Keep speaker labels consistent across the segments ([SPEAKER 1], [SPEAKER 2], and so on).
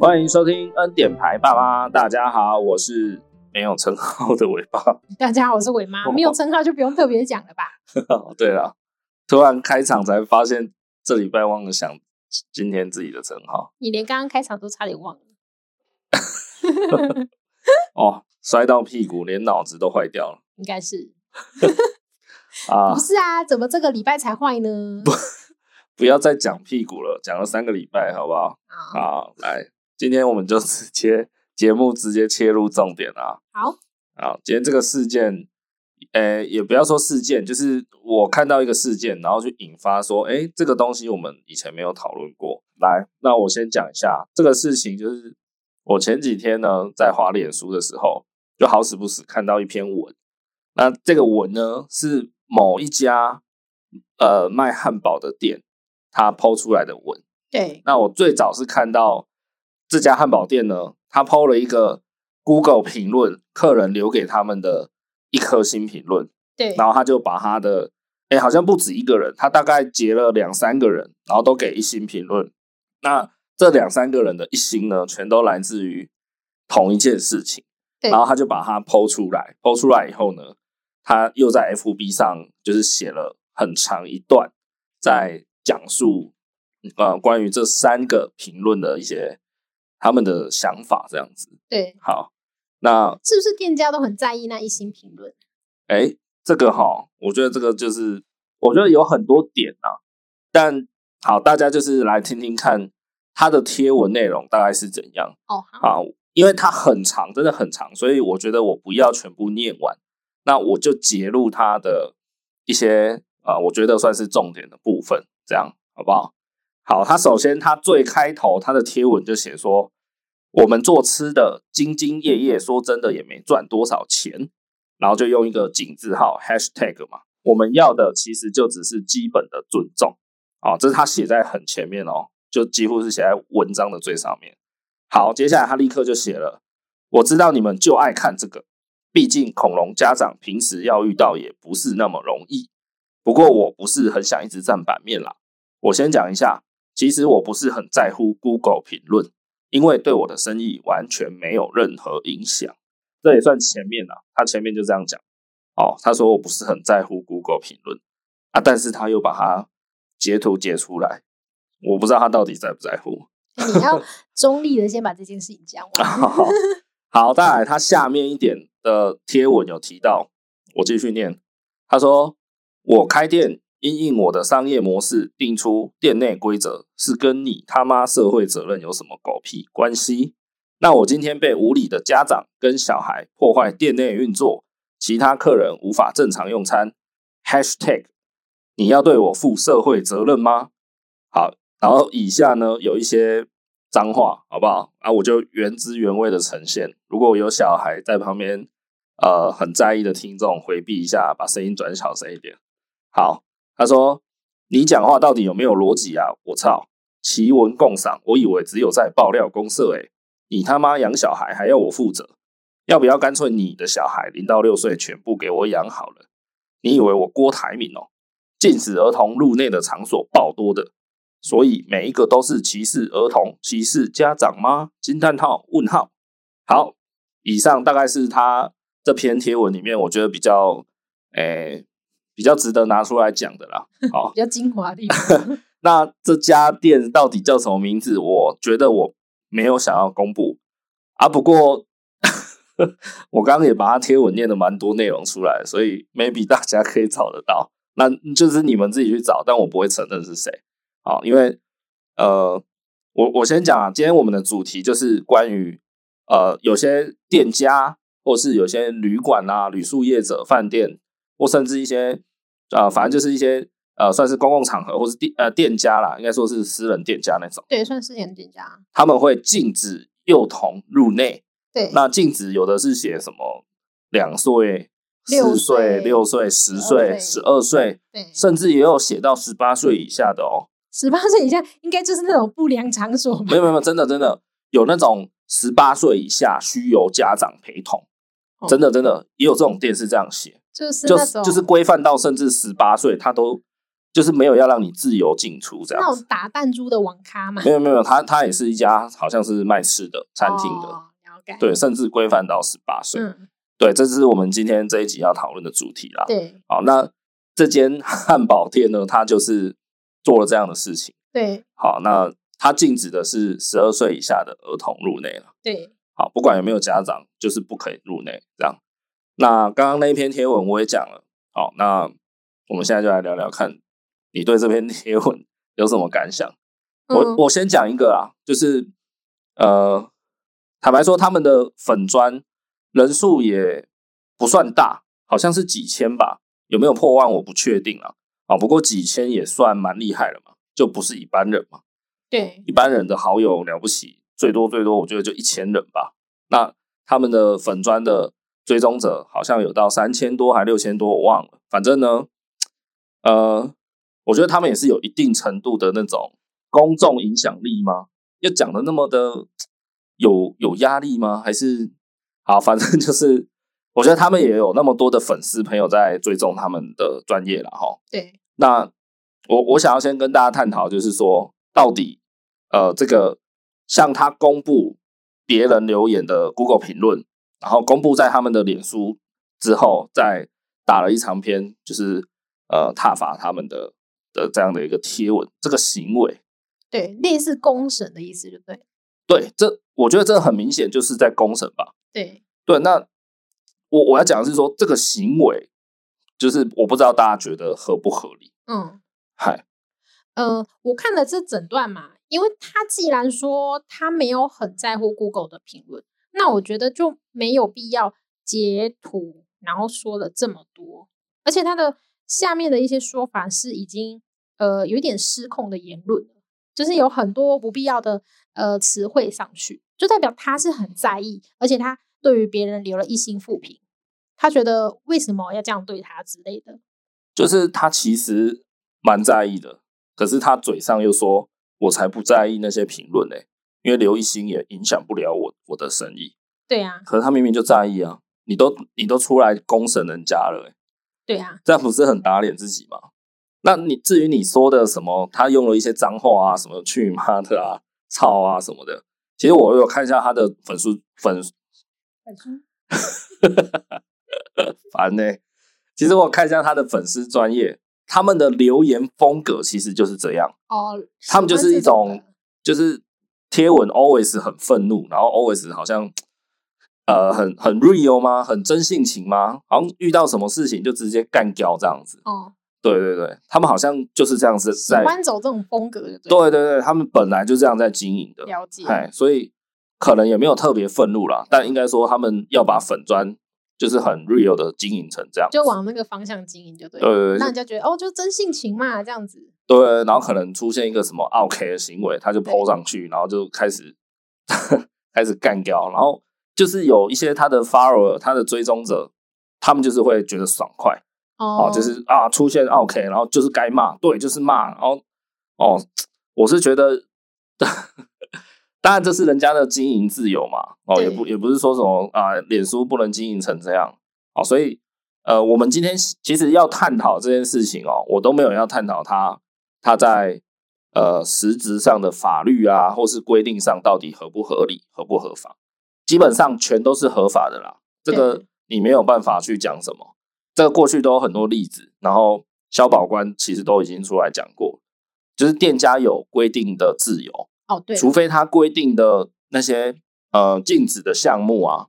[SPEAKER 1] 欢迎收听恩典牌爸妈，大家好，我是没有称号的尾 巴。
[SPEAKER 2] 大家好，我是伟妈，没有称号就不用特别讲了吧？
[SPEAKER 1] 哦对了，突然开场才发现这礼拜忘了想今天自己的称号
[SPEAKER 2] 你连刚刚开场都差点忘了。
[SPEAKER 1] 哦，摔到屁股，连脑子都坏掉了
[SPEAKER 2] 应该是
[SPEAKER 1] 啊
[SPEAKER 2] 不！是啊？怎么这个礼拜才坏呢？
[SPEAKER 1] 不要再讲屁股了，讲了三个礼拜，好不好？
[SPEAKER 2] 啊，
[SPEAKER 1] 好，来，今天我们就直接节目直接切入重点啊。
[SPEAKER 2] 好，
[SPEAKER 1] 好，今天这个事件，呃，也不要说事件，就是我看到一个事件，然后就引发说，哎、这个东西我们以前没有讨论过。来，那我先讲一下这个事情，就是我前几天呢在滑脸书的时候，就好死不死看到一篇文，那这个文呢是某一家呃卖汉堡的店他抛出来的文。
[SPEAKER 2] 对，
[SPEAKER 1] 那我最早是看到这家汉堡店呢，他 PO 了一个 Google 评论，客人留给他们的一颗星评论，
[SPEAKER 2] 对，
[SPEAKER 1] 然后他就把他的，哎、好像不止一个人，他大概截了两三个人，然后都给一星评论。那这两三个人的一星呢，全都来自于同一件事情。
[SPEAKER 2] 对
[SPEAKER 1] 然后他就把它剖出来，剖出来以后呢，他又在 FB 上就是写了很长一段，在讲述呃关于这三个评论的一些他们的想法，这样子。
[SPEAKER 2] 对，
[SPEAKER 1] 好，那
[SPEAKER 2] 是不是店家都很在意那一星评论？
[SPEAKER 1] 哎，这个哈，我觉得这个就是我觉得有很多点啊，但好，大家就是来听听看他的贴文内容大概是怎样。
[SPEAKER 2] 哦， 好，
[SPEAKER 1] 啊，因为它很长，真的很长，所以我觉得我不要全部念完，那我就截录它的一些啊、呃我觉得算是重点的部分，这样好不好？好，它首先它最开头它的贴文就写说，我们做吃的兢兢业业，说真的也没赚多少钱，然后就用一个井字号 hashtag 嘛，我们要的其实就只是基本的尊重啊，这是他写在很前面哦，就几乎是写在文章的最上面。好，接下来他立刻就写了，我知道你们就爱看这个，毕竟恐龙家长平时要遇到也不是那么容易。不过我不是很想一直占版面啦，我先讲一下，其实我不是很在乎 Google 评论，因为对我的生意完全没有任何影响。这也算前面了，他前面就这样讲。哦，他说我不是很在乎 Google 评论啊，但是他又把它截图截出来，我不知道他到底在不在乎。
[SPEAKER 2] 你要中立的先把这件事情讲完。
[SPEAKER 1] 好， 好，再来，他下面一点的贴文有提到，我继续念。他说：“我开店，因应我的商业模式，定出店内规则，是跟你他妈社会责任有什么狗屁关系？那我今天被无理的家长跟小孩破坏店内运作，其他客人无法正常用餐。#hashtag 你要对我负社会责任吗？好，然后以下呢有一些脏话，好不好？啊，我就原汁原味的呈现。如果有小孩在旁边，呃，很在意的听众，回避一下，把声音转小声一点。好，他说你讲话到底有没有逻辑啊？我操，奇闻共赏，我以为只有在爆料公社欸诶、你他妈养小孩还要我负责？要不要干脆你的小孩零到六岁全部给我养好了？你以为我郭台铭哦？禁止儿童入内的场所爆多的，所以每一个都是歧视儿童、歧视家长吗？惊叹号！问号！好，以上大概是他这篇贴文里面，我觉得比较，诶、比较值得拿出来讲的啦。好
[SPEAKER 2] 比，较精华的地方，
[SPEAKER 1] 那这家店到底叫什么名字？我觉得我没有想要公布啊。不过 我刚刚也把它贴文念的蛮多内容出来，所以 maybe 大家可以找得到。那就是你们自己去找，但我不会承认是谁啊，因为呃，我我先讲啊，今天我们的主题就是关于呃，有些店家或是有些旅馆啊、旅宿业者、饭店或甚至一些呃，反正就是一些呃，算是公共场合或是店呃店家啦，应该说是私人店家那种，
[SPEAKER 2] 对，算是很店家。
[SPEAKER 1] 他们会禁止幼童入内。
[SPEAKER 2] 对，
[SPEAKER 1] 那禁止有的是写什么两岁、
[SPEAKER 2] 六
[SPEAKER 1] 四岁、
[SPEAKER 2] 岁
[SPEAKER 1] 六岁、十岁、
[SPEAKER 2] 12
[SPEAKER 1] 十二岁，
[SPEAKER 2] 对，
[SPEAKER 1] 甚至也有写到十八岁以下的哦。
[SPEAKER 2] 十八岁以下应该就是那种不良场所嘛
[SPEAKER 1] 没。有没有，没有真的真的有那种十八岁以下需由家长陪同，
[SPEAKER 2] 哦
[SPEAKER 1] 真的真的也有这种店是这样写。
[SPEAKER 2] 就是
[SPEAKER 1] 就
[SPEAKER 2] 那
[SPEAKER 1] 是
[SPEAKER 2] 种，
[SPEAKER 1] 就是规范到甚至十八岁，他都就是没有要让你自由进出这
[SPEAKER 2] 那
[SPEAKER 1] 样
[SPEAKER 2] 种
[SPEAKER 1] 子。
[SPEAKER 2] 打弹珠的网咖嘛，
[SPEAKER 1] 没有没有，他他也是一家好像是卖吃的餐厅的，
[SPEAKER 2] 哦了解，
[SPEAKER 1] 对，甚至规范到十八岁。
[SPEAKER 2] 嗯，
[SPEAKER 1] 对，这是我们今天这一集要讨论的主题啦。
[SPEAKER 2] 对
[SPEAKER 1] 好，那这间汉堡店呢，它就是做了这样的事情。
[SPEAKER 2] 对
[SPEAKER 1] 好，那它禁止的是十二岁以下的儿童入内了。
[SPEAKER 2] 对，
[SPEAKER 1] 好，不管有没有家长，就是不可以入内这样。那刚刚那一篇贴文我也讲了，好，那我们现在就来聊聊看，你对这篇贴文有什么感想？我
[SPEAKER 2] 嗯
[SPEAKER 1] 我先讲一个啊，就是呃，坦白说，他们的粉砖人数也不算大，好像是几千吧，有没有破万我不确定啊。啊，不过几千也算蛮厉害了嘛，就不是一般人嘛。
[SPEAKER 2] 对
[SPEAKER 1] 一般人的好友了不起，最多最多我觉得就一千人吧。那他们的粉砖的追踪者好像有到三千多还六千多，我忘了。反正呢，呃，我觉得他们也是有一定程度的那种公众影响力吗？要讲的那么的有有压力吗？还是好，反正就是我觉得他们也有那么多的粉丝朋友在追踪他们的专业了哈。齁
[SPEAKER 2] 对
[SPEAKER 1] 那我我想要先跟大家探讨，就是说到底呃这个向他公布别人留言的 Google 评论，然后公布在他们的脸书之后，再打了一长篇，就是呃挞伐他们的的这样的一个贴文，这个行为，
[SPEAKER 2] 对，类似公审的意思，就对
[SPEAKER 1] 对，这我觉得这很明显就是在公审吧。
[SPEAKER 2] 对
[SPEAKER 1] 对，那我我要讲的是说这个行为，就是我不知道大家觉得合不合理。
[SPEAKER 2] 嗯。
[SPEAKER 1] 嗨，
[SPEAKER 2] 呃，我看了这整段嘛，因为他既然说他没有很在乎 Google 的评论，那我觉得就没有必要截图，然后说了这么多，而且他的下面的一些说法是已经呃有点失控的言论了，就是有很多不必要的呃词汇上去，就代表他是很在意，而且他对于别人留了一星负评，他觉得为什么要这样对他之类的，
[SPEAKER 1] 就是他其实蛮在意的，可是他嘴上又说：“我才不在意那些评论呢，因为刘一星也影响不了我我的生意。
[SPEAKER 2] 对啊”，
[SPEAKER 1] 可是他明明就在意啊！你都你都出来公审人家了、欸，
[SPEAKER 2] 对啊，
[SPEAKER 1] 这样不是很打脸自己吗？那你至于你说的什么，他用了一些脏话啊，什么去你妈的啊、操啊什么的，其实我有看一下他的粉丝粉烦呢、其实我看一下他的粉丝专业，他们的留言风格其实就是这样，
[SPEAKER 2] 哦，
[SPEAKER 1] 他们
[SPEAKER 2] 喜
[SPEAKER 1] 就
[SPEAKER 2] 欢
[SPEAKER 1] 是
[SPEAKER 2] 这
[SPEAKER 1] 一种
[SPEAKER 2] 的
[SPEAKER 1] 就是贴文 always 很愤怒，然后 always 好像呃很很 real 吗？很真性情吗？好像遇到什么事情就直接干掉这样子。
[SPEAKER 2] 哦，
[SPEAKER 1] 对对对，他们好像就是这样子
[SPEAKER 2] 喜
[SPEAKER 1] 在，
[SPEAKER 2] 欢走这种风格的，
[SPEAKER 1] 对对对，他们本来就这样在经营的。
[SPEAKER 2] 了解，
[SPEAKER 1] 哎，所以可能也没有特别愤怒啦，但应该说他们要把粉砖就是很 real 的经营成这样子，
[SPEAKER 2] 就往那个方向经营就对
[SPEAKER 1] 对
[SPEAKER 2] 了，
[SPEAKER 1] 对
[SPEAKER 2] 让
[SPEAKER 1] 对
[SPEAKER 2] 人家觉得哦，就真性情嘛，这样子，
[SPEAKER 1] 对，然后可能出现一个什么 OK 的行为，他就
[SPEAKER 2] 对
[SPEAKER 1] PO 上去，然后就开始 开始干掉，然后就是有一些他的 follower，他的追踪者。他们就是会觉得爽快
[SPEAKER 2] 哦
[SPEAKER 1] 哦，就是啊出现 OK，然后就是该骂，对，就是骂，然后哦，我是觉得，当然这是人家的经营自由嘛，哦，
[SPEAKER 2] 对
[SPEAKER 1] 也不也不是说什么啊，脸书不能经营成这样，哦，所以呃，我们今天其实要探讨这件事情哦，我都没有要探讨它它在呃实质上的法律啊，或是规定上到底合不合理、合不合法，基本上全都是合法的啦，这个
[SPEAKER 2] 对
[SPEAKER 1] 你没有办法去讲什么，这个过去都有很多例子，然后消保官其实都已经出来讲过，就是店家有规定的自由，
[SPEAKER 2] 哦，对，
[SPEAKER 1] 除非他规定的那些呃禁止的项目啊，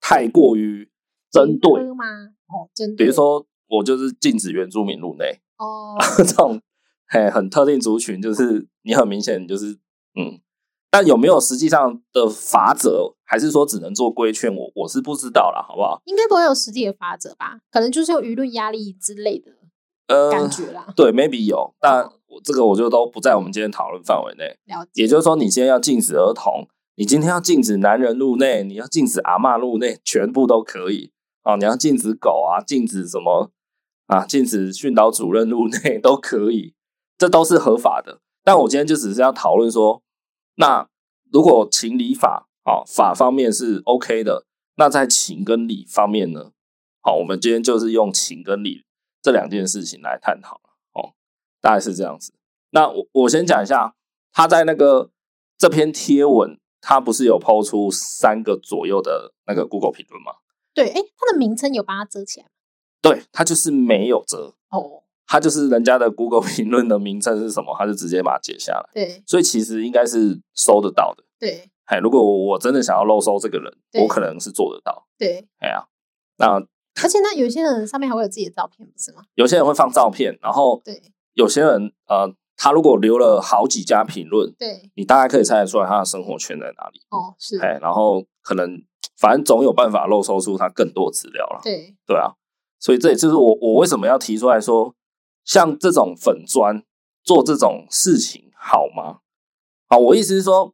[SPEAKER 1] 太过于针对，
[SPEAKER 2] 车嘛，哦，针
[SPEAKER 1] 比
[SPEAKER 2] 对，
[SPEAKER 1] 如说我就是禁止原住民入内
[SPEAKER 2] 哦，
[SPEAKER 1] 这种，嘿，很特定族群，就是你很明显你就是嗯，但有没有实际上的法则，还是说只能做规劝？我我是不知道啦，好不好？
[SPEAKER 2] 应该不会有实际的法则吧？可能就是有舆论压力之类的
[SPEAKER 1] 呃，
[SPEAKER 2] 感觉哦啦，
[SPEAKER 1] 对，maybe 有，但我这个我就都不在我们今天讨论范围内。
[SPEAKER 2] 了解，
[SPEAKER 1] 也就是说，你今天要禁止儿童，你今天要禁止男人入内，你要禁止阿嬷入内，全部都可以啊！你要禁止狗啊，禁止什么啊？禁止训导主任入内 都可以，这都是合法的。但我今天就只是要讨论说，那如果情理法啊法方面是 OK 的，那在情跟理方面呢？好，我们今天就是用情跟理这两件事情来探讨。哦大概是这样子。那我我先讲一下，他在那个这篇贴文，他不是有抛出三个左右的那个 Google 评论吗？
[SPEAKER 2] 对，哎，它的名称有把它遮起来吗
[SPEAKER 1] 对，他就是没有折，
[SPEAKER 2] 哦，
[SPEAKER 1] 他就是人家的 Google 评论的名称是什么，他就直接把它截下来，
[SPEAKER 2] 对
[SPEAKER 1] 所以其实应该是搜得到的。
[SPEAKER 2] 对
[SPEAKER 1] 哎，如果我我真的想要漏搜这个人，
[SPEAKER 2] 对
[SPEAKER 1] 我可能是做得到。
[SPEAKER 2] 对，
[SPEAKER 1] 哎呀、那
[SPEAKER 2] 而且那有些人上面还会有自己的照片，不是吗？
[SPEAKER 1] 有些人会放照片，然后
[SPEAKER 2] 对
[SPEAKER 1] 有些人呃，他如果留了好几家评论，
[SPEAKER 2] 对，
[SPEAKER 1] 你大概可以猜得出来他的生活圈在哪里。
[SPEAKER 2] 哦，是，
[SPEAKER 1] 哎，然后可能反正总有办法漏搜出他更多资料了。
[SPEAKER 2] 对
[SPEAKER 1] 对啊，所以这也就是我我为什么要提出来说，像这种粉砖做这种事情好吗？好，我意思是说，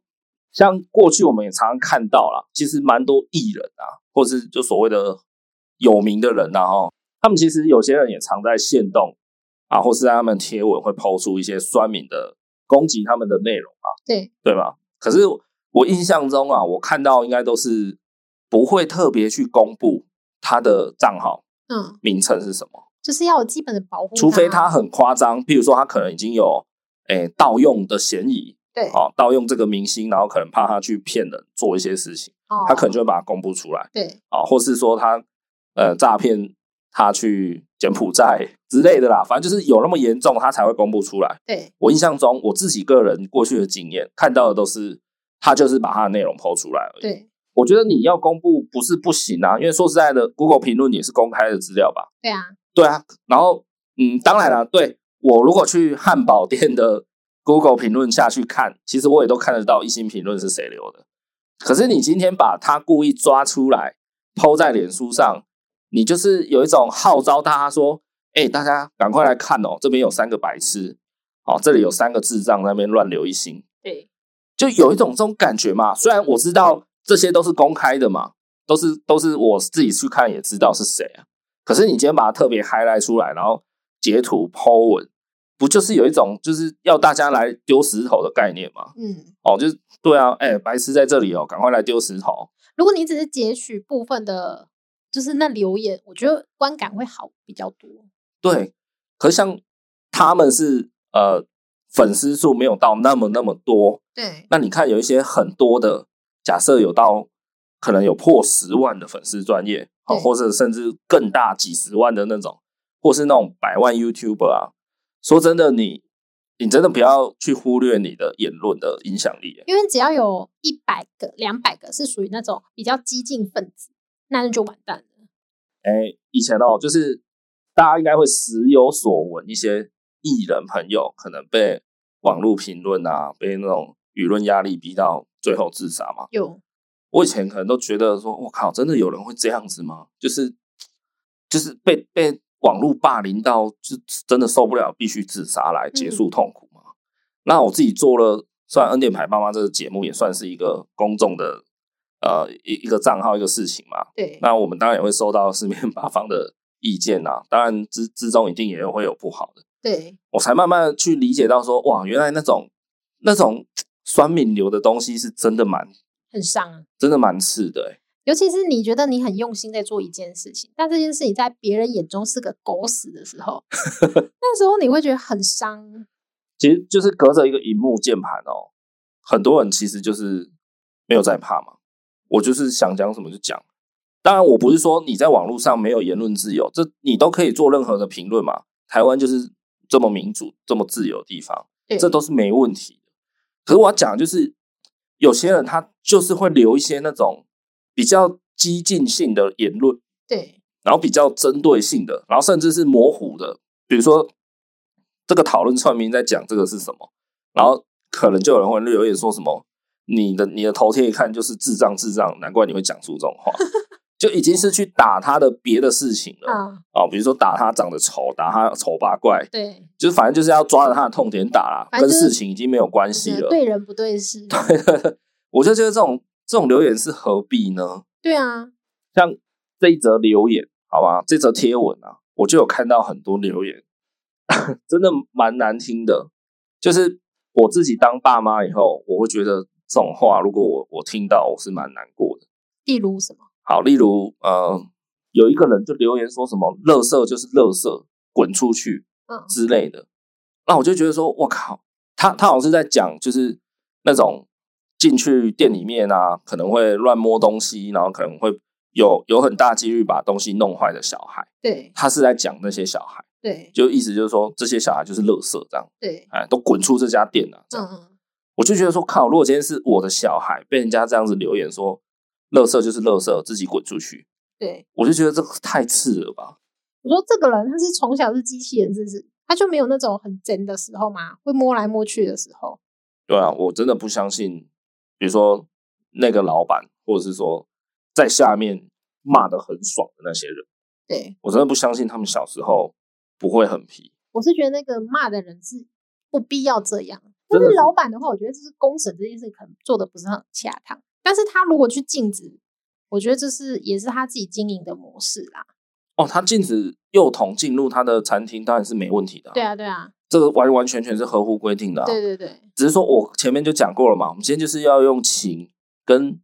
[SPEAKER 1] 像过去我们也常常看到啦，其实蛮多艺人啊，或是就所谓的有名的人啊，哦，他们其实有些人也常在限动啊，或是在他们贴文会抛出一些酸民的攻击他们的内容啊，
[SPEAKER 2] 对
[SPEAKER 1] 对吧？可是我印象中啊，我看到应该都是不会特别去公布他的账号
[SPEAKER 2] 嗯，
[SPEAKER 1] 名称是什么，
[SPEAKER 2] 就是要有基本的保护，
[SPEAKER 1] 除非他很夸张，譬如说他可能已经有诶盗用的嫌疑，
[SPEAKER 2] 对
[SPEAKER 1] 哦，盗用这个明星，然后可能怕他去骗人做一些事情，
[SPEAKER 2] 哦
[SPEAKER 1] 他可能就会把它公布出来
[SPEAKER 2] 对
[SPEAKER 1] 啊、哦，或是说他呃诈骗他去柬埔寨之类的啦，反正就是有那么严重，他才会公布出来。
[SPEAKER 2] 对
[SPEAKER 1] 我印象中，我自己个人过去的经验看到的都是，他就是把他的内容抛出来而已。
[SPEAKER 2] 对
[SPEAKER 1] 我觉得你要公布不是不行啊，因为说实在的，Google 评论也是公开的资料吧？
[SPEAKER 2] 对啊，
[SPEAKER 1] 对啊，然后嗯，当然了、对我如果去汉堡店的 Google 评论下去看，其实我也都看得到一星评论是谁留的。可是你今天把他故意抓出来抛在脸书上，你就是有一种号召大家说：“哎、大家赶快来看哦，这边有三个白痴，哦，这里有三个智障在那边乱留一星。”
[SPEAKER 2] 对
[SPEAKER 1] 就有一种这种感觉嘛。虽然我知道这些都是公开的嘛，都是都是我自己去看也知道是谁啊。可是你今天把它特别 highlight 出来，然后截图 po 文，不就是有一种就是要大家来丢石头的概念吗？
[SPEAKER 2] 嗯，
[SPEAKER 1] 哦，就是对啊，哎、白痴在这里哦，赶快来丢石头。
[SPEAKER 2] 如果你只是截取部分的，就是那留言，我觉得观感会好比较多。
[SPEAKER 1] 对，可是像他们是呃粉丝数没有到那么那么多，
[SPEAKER 2] 对
[SPEAKER 1] 那你看有一些很多的，假设有到可能有破十万的粉丝专业，好，
[SPEAKER 2] 对
[SPEAKER 1] 或者甚至更大几十万的那种，或是那种百万 YouTuber 啊，说真的你，你真的不要去忽略你的言论的影响力。欸
[SPEAKER 2] 因为只要有一百个、两百个是属于那种比较激进分子，那就完蛋了。
[SPEAKER 1] 哎、以前哦，就是大家应该会时有所闻，一些艺人朋友可能被网络评论啊，被那种舆论压力逼到最后自杀嘛。
[SPEAKER 2] 有
[SPEAKER 1] 我以前可能都觉得说，我靠，真的有人会这样子吗？就是就是被被网络霸凌到，就真的受不了，必须自杀来结束痛苦吗？那我自己做了，算恩典牌爸妈这个节目，也算是一个公众的呃一一个账号一个事情嘛。
[SPEAKER 2] 对
[SPEAKER 1] 那我们当然也会收到四面八方的意见啊，当然之之中一定也有会有不好的。
[SPEAKER 2] 对
[SPEAKER 1] 我才慢慢地去理解到说，哇，原来那种那种酸敏流的东西是真的蛮
[SPEAKER 2] 很伤啊。
[SPEAKER 1] 真的蛮刺的、欸。
[SPEAKER 2] 尤其是你觉得你很用心在做一件事情，但这件事情在别人眼中是个狗屎的时 候，那时候你会觉得很伤。
[SPEAKER 1] 其实就是隔着一个荧幕键盘哦，很多人其实就是没有在怕嘛。我就是想讲什么就讲。当然，我不是说你在网络上没有言论自由，这你都可以做任何的评论嘛。台湾就是这么民主、这么自由的地方，
[SPEAKER 2] 对，
[SPEAKER 1] 这都是没问题的。可是我要讲的就是，有些人他就是会留一些那种比较激进性的言论，
[SPEAKER 2] 对
[SPEAKER 1] 然后比较针对性的，然后甚至是模糊的，比如说这个讨论串名在讲这个是什么，然后可能就有人会留言说什么你的你的头贴一看就是智障智障，难怪你会讲出这种 话，就已经是去打他的别的事情了
[SPEAKER 2] 啊，
[SPEAKER 1] 哦，比如说打他长得丑，打他丑八怪，
[SPEAKER 2] 对，
[SPEAKER 1] 就是反正就是要抓着他的痛点打啦，
[SPEAKER 2] 反正
[SPEAKER 1] 跟
[SPEAKER 2] 就是
[SPEAKER 1] 事情已经没有关系
[SPEAKER 2] 就是
[SPEAKER 1] 了。
[SPEAKER 2] 对人不对 事。
[SPEAKER 1] 我就觉得这种这种留言是何必呢？
[SPEAKER 2] 对啊，
[SPEAKER 1] 像这一则留言，好吧，这则贴文啊，我就有看到很多留言， 真的蛮难听的。就是我自己当爸妈以后，我会觉得这种话，如果我我听到，我是蛮难过的。
[SPEAKER 2] 例如什么？
[SPEAKER 1] 好，例如呃，有一个人就留言说什么“垃圾就是垃圾，滚出去
[SPEAKER 2] 嗯”
[SPEAKER 1] 之类的。那我就觉得说，我靠，他他好像是在讲就是那种进去店里面啊，可能会乱摸东西，然后可能会有有很大几率把东西弄坏的小孩，
[SPEAKER 2] 对
[SPEAKER 1] 他是在讲那些小孩，
[SPEAKER 2] 对
[SPEAKER 1] 就意思就是说这些小孩就是垃圾这样，
[SPEAKER 2] 对，
[SPEAKER 1] 哎，都滚出这家店啊，这样。
[SPEAKER 2] 嗯，
[SPEAKER 1] 我就觉得说，靠，如果今天是我的小孩被人家这样子留言说，垃圾就是垃圾，自己滚出去，
[SPEAKER 2] 对。
[SPEAKER 1] 我就觉得这个太次了吧？
[SPEAKER 2] 我说这个人他是从小是机器人，是不是？他就没有那种很真的时候嘛，会摸来摸去的时候。
[SPEAKER 1] 对啊，我真的不相信，比如说那个老板，或者是说在下面骂的很爽的那些人，
[SPEAKER 2] 对
[SPEAKER 1] 我真的不相信他们小时候不会很皮。
[SPEAKER 2] 我是觉得那个骂的人是不必要这样。但
[SPEAKER 1] 真的
[SPEAKER 2] 是
[SPEAKER 1] 是
[SPEAKER 2] 老板的话，我觉得就是公审这件事可能做的不是很恰当，但是他如果去禁止，我觉得这是也是他自己经营的模式啦。
[SPEAKER 1] 哦，他禁止幼童进入他的餐厅，当然是没问题的、
[SPEAKER 2] 对，啊，对啊，
[SPEAKER 1] 这个完完全全是合乎规定的、啊。
[SPEAKER 2] 对对对，
[SPEAKER 1] 只是说我前面就讲过了嘛，我们今天就是要用情跟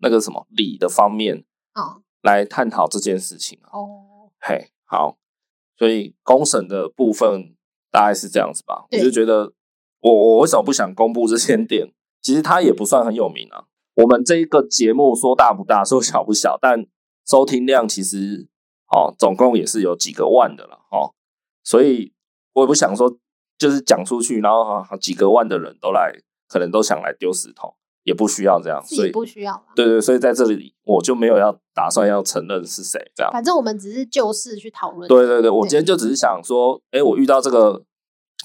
[SPEAKER 1] 那个什么理的方面
[SPEAKER 2] 哦
[SPEAKER 1] 来探讨这件事情啊。
[SPEAKER 2] 哦，
[SPEAKER 1] 嘿，好，所以公审的部分大概是这样子吧。我
[SPEAKER 2] 对
[SPEAKER 1] 就觉得我我为什么不想公布这间店？其实它也不算很有名啊。我们这一个节目说大不大，说小不小，但收听量其实哦，总共也是有几个万的了哦。所以我也不想说，就是讲出去，然后、啊、几个万的人都来，可能都想来丢石头，也不需要这样。
[SPEAKER 2] 自
[SPEAKER 1] 所
[SPEAKER 2] 己
[SPEAKER 1] 以
[SPEAKER 2] 不需要啦。
[SPEAKER 1] 对对，所以在这里我就没有要打算要承认是谁这样。
[SPEAKER 2] 反正我们只是就事去讨论。
[SPEAKER 1] 对对对，我
[SPEAKER 2] 对
[SPEAKER 1] 今天就只是想说，哎，我遇到这个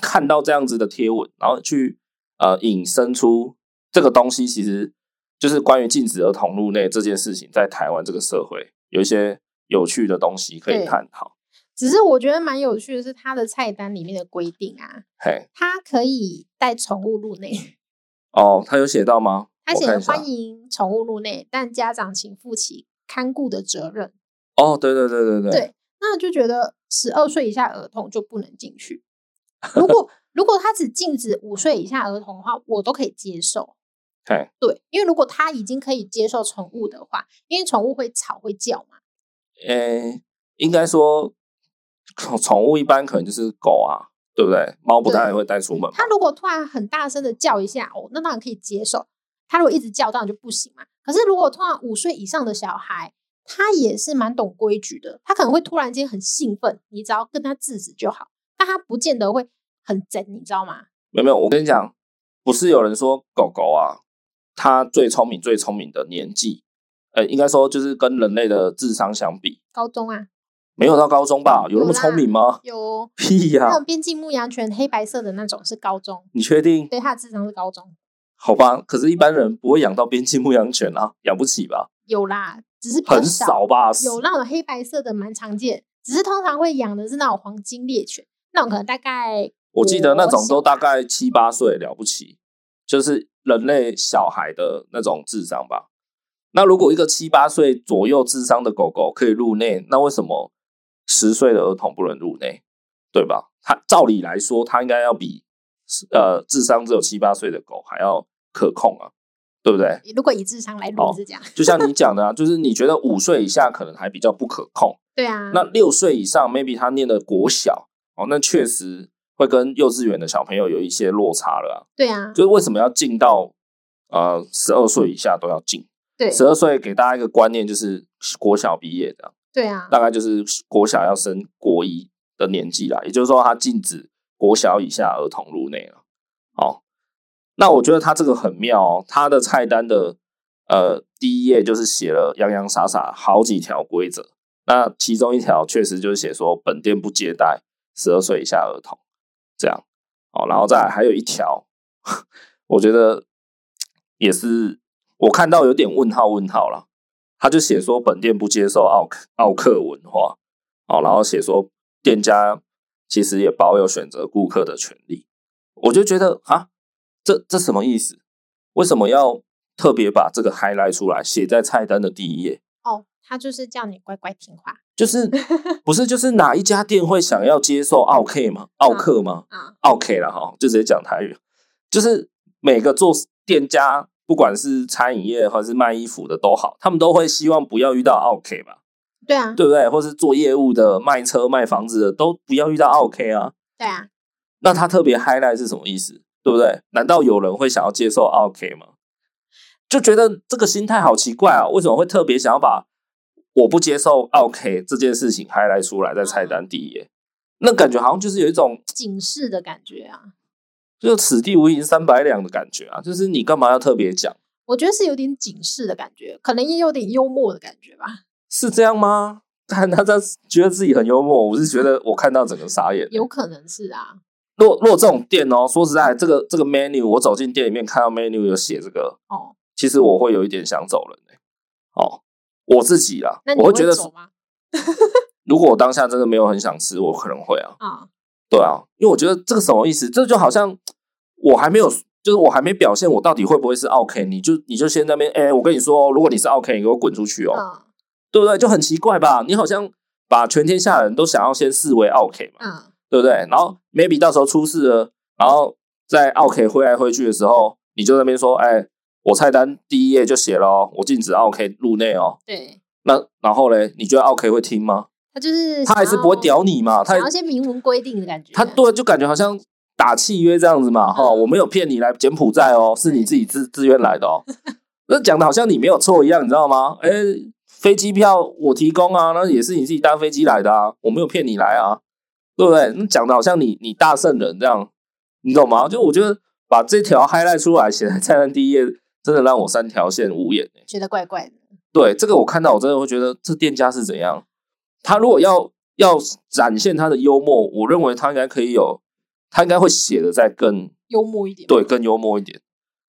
[SPEAKER 1] 看到这样子的贴文，然后去呃引申出这个东西，其实就是关于禁止儿童入内这件事情，在台湾这个社会有一些有趣的东西可以
[SPEAKER 2] 对
[SPEAKER 1] 探讨。
[SPEAKER 2] 只是我觉得蛮有趣的是，它的菜单里面的规定啊，
[SPEAKER 1] 嘿，
[SPEAKER 2] 它可以带宠物入 内，
[SPEAKER 1] 哦，他有写到吗？
[SPEAKER 2] 它写
[SPEAKER 1] 我看
[SPEAKER 2] 的
[SPEAKER 1] 一下
[SPEAKER 2] 欢迎宠物入内，但家长请负起看顾的责任。
[SPEAKER 1] 哦，对对对对对，
[SPEAKER 2] 对那就觉得十二岁以下儿童就不能 进去。如果如果他只禁止五岁以下儿童的话，我都可以接受。
[SPEAKER 1] 嘿，
[SPEAKER 2] 对，因为如果他已经可以接受宠物的话，因为宠物会吵会叫嘛。
[SPEAKER 1] 诶，应该说宠宠物一般可能就是狗啊，对不对？猫不
[SPEAKER 2] 对
[SPEAKER 1] 太会带出门嘛。
[SPEAKER 2] 他如果突然很大声的叫一下，哦，那当然可以接受。他如果一直叫，当然就不行嘛。可是如果通常五岁以上的小孩，他也是蛮懂规矩的，他可能会突然间很兴奋，你只要跟他制止就好，但他不见得会很整，你知道吗？
[SPEAKER 1] 没有没有，我跟你讲，不是有人说狗狗啊，它最聪明最聪明的年纪，呃，应该说就是跟人类的智商相比，
[SPEAKER 2] 高中啊，
[SPEAKER 1] 没有到高中吧？有那么
[SPEAKER 2] 有啦
[SPEAKER 1] 聪明吗？
[SPEAKER 2] 有哦
[SPEAKER 1] 屁呀、
[SPEAKER 2] 那种边境牧羊犬黑白色的那种是高中，
[SPEAKER 1] 你确定？
[SPEAKER 2] 对，它的智商是高中，
[SPEAKER 1] 好吧，可是，一般人不会养到边境牧羊犬啊，养不起吧？
[SPEAKER 2] 有啦，只是比较
[SPEAKER 1] 很少吧？
[SPEAKER 2] 有那种黑白色的蛮常见，只是通常会养的是那种黄金猎犬，那种可能大概
[SPEAKER 1] 我记得那种都大
[SPEAKER 2] 国小吧
[SPEAKER 1] 概七八岁了不起，就是人类小孩的那种智商吧。那如果一个七八岁左右智商的狗狗可以入内，那为什么十岁的儿童不能入内？对吧？它照理来说，它应该要比呃智商只有七八岁的狗还要可控啊，对不对？
[SPEAKER 2] 如果以智商来
[SPEAKER 1] 哦
[SPEAKER 2] 论是这样，
[SPEAKER 1] 就像你讲的啊，就是你觉得五岁以下可能还比较不可控，
[SPEAKER 2] 对啊，
[SPEAKER 1] 那六岁以上，maybe 他念的国小哦，那确实会跟幼稚园的小朋友有一些落差了、
[SPEAKER 2] 对啊
[SPEAKER 1] 啊。，就是为什么要进到呃十二岁以下都要进？
[SPEAKER 2] 对
[SPEAKER 1] 十二岁给大家一个观念，就是国小毕业的，
[SPEAKER 2] 对啊，
[SPEAKER 1] 大概就是国小要升国一的年纪啦。也就是说，他禁止国小以下儿童入内了。哦，那我觉得他这个很妙哦，他的菜单的呃第一页就是写了洋洋洒洒好几条规则，那其中一条确实就是写说本店不接待十二岁以下儿童，这样哦，然后再来还有一条， 我觉得也是我看到有点问号问号啦，他就写说本店不接受奥克奥克文化，哦，然后写说店家其实也保有选择顾客的权利，我就觉得啊，这这什么意思？为什么要特别把这个 highlight 出来，写在菜单的第一页？
[SPEAKER 2] 哦，他就是叫你乖乖听话
[SPEAKER 1] 就是不是就是哪一家店会想要接受奥 K 吗？奥克吗？
[SPEAKER 2] 啊，
[SPEAKER 1] 奥 K 了哈，就直接讲台语，就是每个做店家，不管是餐饮业还是卖衣服的都好，他们都会希望不要遇到奥 K 吧，
[SPEAKER 2] 对啊，
[SPEAKER 1] 对不对？或是做业务的、卖车、卖房子的，都不要遇到奥 K 啊。
[SPEAKER 2] 对啊，
[SPEAKER 1] 那他特别 highlight 是什么意思？对不对？难道有人会想要接受 OK 吗？就觉得这个心态好奇怪啊！为什么会特别想要把我不接受 OK 这件事情 highlight 出来在菜单第一页？那感觉好像就是有一种
[SPEAKER 2] 警示的感觉啊，
[SPEAKER 1] 就此地无银三百两的感觉啊！就是你干嘛要特别讲？
[SPEAKER 2] 我觉得是有点警示的感觉，可能也有点幽默的感觉吧，
[SPEAKER 1] 是这样吗？ 但他在觉得自己很幽默，我是觉得我看到整个傻眼。
[SPEAKER 2] 有可能是啊，
[SPEAKER 1] 若若这种店哦，说实在，这个这个 menu 我走进店里面看到 menu 有写这个，
[SPEAKER 2] 哦，
[SPEAKER 1] 其实我会有一点想走人、欸、哦，我自己啦
[SPEAKER 2] 那，你
[SPEAKER 1] 我会觉得
[SPEAKER 2] 走吗？
[SPEAKER 1] 如果我当下真的没有很想吃，我可能会啊，
[SPEAKER 2] 啊，
[SPEAKER 1] 对啊，因为我觉得这个什么意思？这就好像我还没有，就是我还没表现我到底会不会是 OK，你就你就先在那边，哎、我跟你说、哦，如果你是 OK，你给我滚出去哦，
[SPEAKER 2] 嗯
[SPEAKER 1] 对不对？就很奇怪吧？你好像把全天下人都想要先视为 OK 嘛，
[SPEAKER 2] 嗯，
[SPEAKER 1] 对不对？然后 maybe 到时候出事了，然后在 OK 挥来挥去的时候，你就在那边说，哎、我菜单第一页就写了哦，我禁止 OK 入内哦。
[SPEAKER 2] 对，
[SPEAKER 1] 那然后嘞，你觉得 OK 会听吗？
[SPEAKER 2] 他就是
[SPEAKER 1] 他还是不会
[SPEAKER 2] 屌
[SPEAKER 1] 屌你嘛？他
[SPEAKER 2] 想要一些明文规定的感觉，
[SPEAKER 1] 他对，就感觉好像打契约这样子嘛，哈、
[SPEAKER 2] 嗯
[SPEAKER 1] 我没有骗你来柬埔寨哦，是你自己自自愿来的哦。那讲的好像你没有错一样，你知道吗？哎、飞机票我提供啊，那也是你自己搭飞机来的啊，我没有骗你来啊，对不对？那讲的好像你你大圣人这样，你懂吗？就我觉得把这条 highlight 出来写在 菜单第一页，真的让我三条线无言、欸、
[SPEAKER 2] 觉得怪怪的，
[SPEAKER 1] 对这个我看到，我真的会觉得这店家是怎样？他如果要要展现他的幽默，我认为他应该可以有，他应该会写的再更
[SPEAKER 2] 幽默一点，
[SPEAKER 1] 对更幽默一点。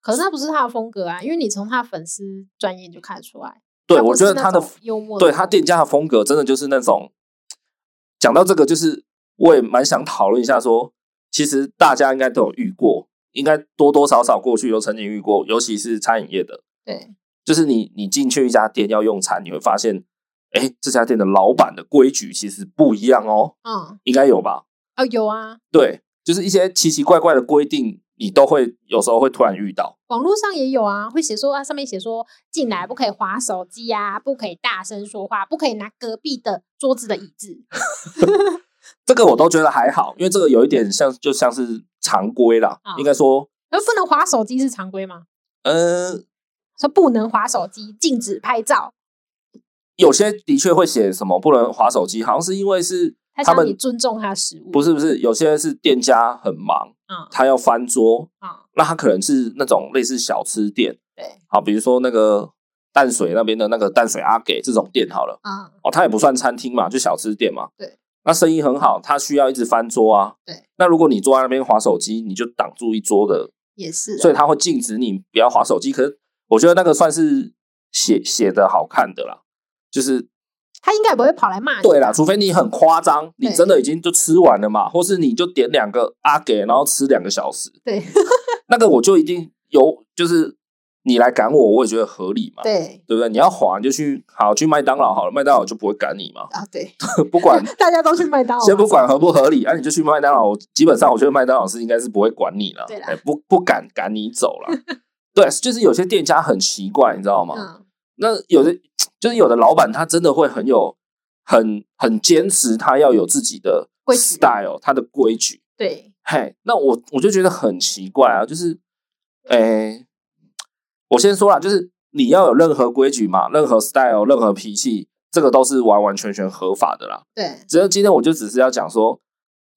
[SPEAKER 2] 可是那不是他的风格啊，因为你从他粉丝专业就看得出来。
[SPEAKER 1] 对
[SPEAKER 2] 不
[SPEAKER 1] 我觉
[SPEAKER 2] 是
[SPEAKER 1] 得
[SPEAKER 2] 那
[SPEAKER 1] 他的
[SPEAKER 2] 种幽默的
[SPEAKER 1] 对
[SPEAKER 2] 风格，
[SPEAKER 1] 他店家的风格真的就是那种，讲到这个就是我也蛮想讨论一下说其实大家应该都有遇过，应该多多少少过去都曾经遇过，尤其是餐饮业的，
[SPEAKER 2] 对
[SPEAKER 1] 就是你你进去一家店要用餐，你会发现，哎，这家店的老板的规矩其实不一样哦，
[SPEAKER 2] 嗯
[SPEAKER 1] 应该有吧？
[SPEAKER 2] 哦有啊，
[SPEAKER 1] 对，就是一些奇奇怪怪的规定，你都会有时候会突然遇到。
[SPEAKER 2] 网络上也有啊，会写说啊，上面写说进来不可以划手机啊，不可以大声说话，不可以拿隔壁的桌子的椅子。
[SPEAKER 1] 这个我都觉得还好，因为这个有一点像，就像是常规啦。
[SPEAKER 2] 啊
[SPEAKER 1] 应该说，
[SPEAKER 2] 而不能划手机是常规吗？
[SPEAKER 1] 呃，
[SPEAKER 2] 说不能划手机，禁止拍照。
[SPEAKER 1] 有些的确会写什么不能划手机，好像是因为是
[SPEAKER 2] 他
[SPEAKER 1] 他
[SPEAKER 2] 想你
[SPEAKER 1] 们
[SPEAKER 2] 尊重他的食物，
[SPEAKER 1] 不是不是，有些是店家很忙，
[SPEAKER 2] 啊
[SPEAKER 1] 他要翻桌，
[SPEAKER 2] 啊、
[SPEAKER 1] 那他可能是那种类似小吃店，
[SPEAKER 2] 对
[SPEAKER 1] 好，比如说那个淡水那边的那个淡水阿给这种店好了。
[SPEAKER 2] 啊、
[SPEAKER 1] 哦，它也不算餐厅嘛，就小吃店嘛。
[SPEAKER 2] 对，
[SPEAKER 1] 那生意很好，它需要一直翻桌啊。
[SPEAKER 2] 对，
[SPEAKER 1] 那如果你坐在那边划手机，你就挡住一桌的，
[SPEAKER 2] 也是啊。
[SPEAKER 1] 所以它会禁止你不要划手机。可是我觉得那个算是写写的好看的啦，就是
[SPEAKER 2] 他应该也不会跑来骂你。
[SPEAKER 1] 对啦，除非你很夸张，你
[SPEAKER 2] 对
[SPEAKER 1] 真的已经就吃完了嘛，或是你就点两个阿给，然后吃两个小时，
[SPEAKER 2] 对
[SPEAKER 1] 那个我就一定有，就是你来赶我，我也觉得合理嘛。。
[SPEAKER 2] 对
[SPEAKER 1] 对不对？你要划你就去好去麦当劳好了，麦当劳就不会赶你 嘛，
[SPEAKER 2] 啊， 对，
[SPEAKER 1] 不管
[SPEAKER 2] 大家都去麦当劳。
[SPEAKER 1] 先不管合不合理，啊，你就去麦当劳。基本上，我觉得麦当劳是应该是不会管你了，
[SPEAKER 2] 对啦
[SPEAKER 1] 哎不不敢赶你走了。对，就是有些店家很奇怪，你知道吗？
[SPEAKER 2] 嗯，
[SPEAKER 1] 那有的就是有的老板他真的会很有很很坚持，他要有自己的
[SPEAKER 2] 规矩
[SPEAKER 1] style，他的规矩。
[SPEAKER 2] 对，
[SPEAKER 1] 嘿，那我我就觉得很奇怪啊，就是，诶，我先说啦，就是你要有任何规矩嘛，任何 style，任何脾气，这个都是完完全全合法的啦。
[SPEAKER 2] 对，
[SPEAKER 1] 只是今天我就只是要讲说，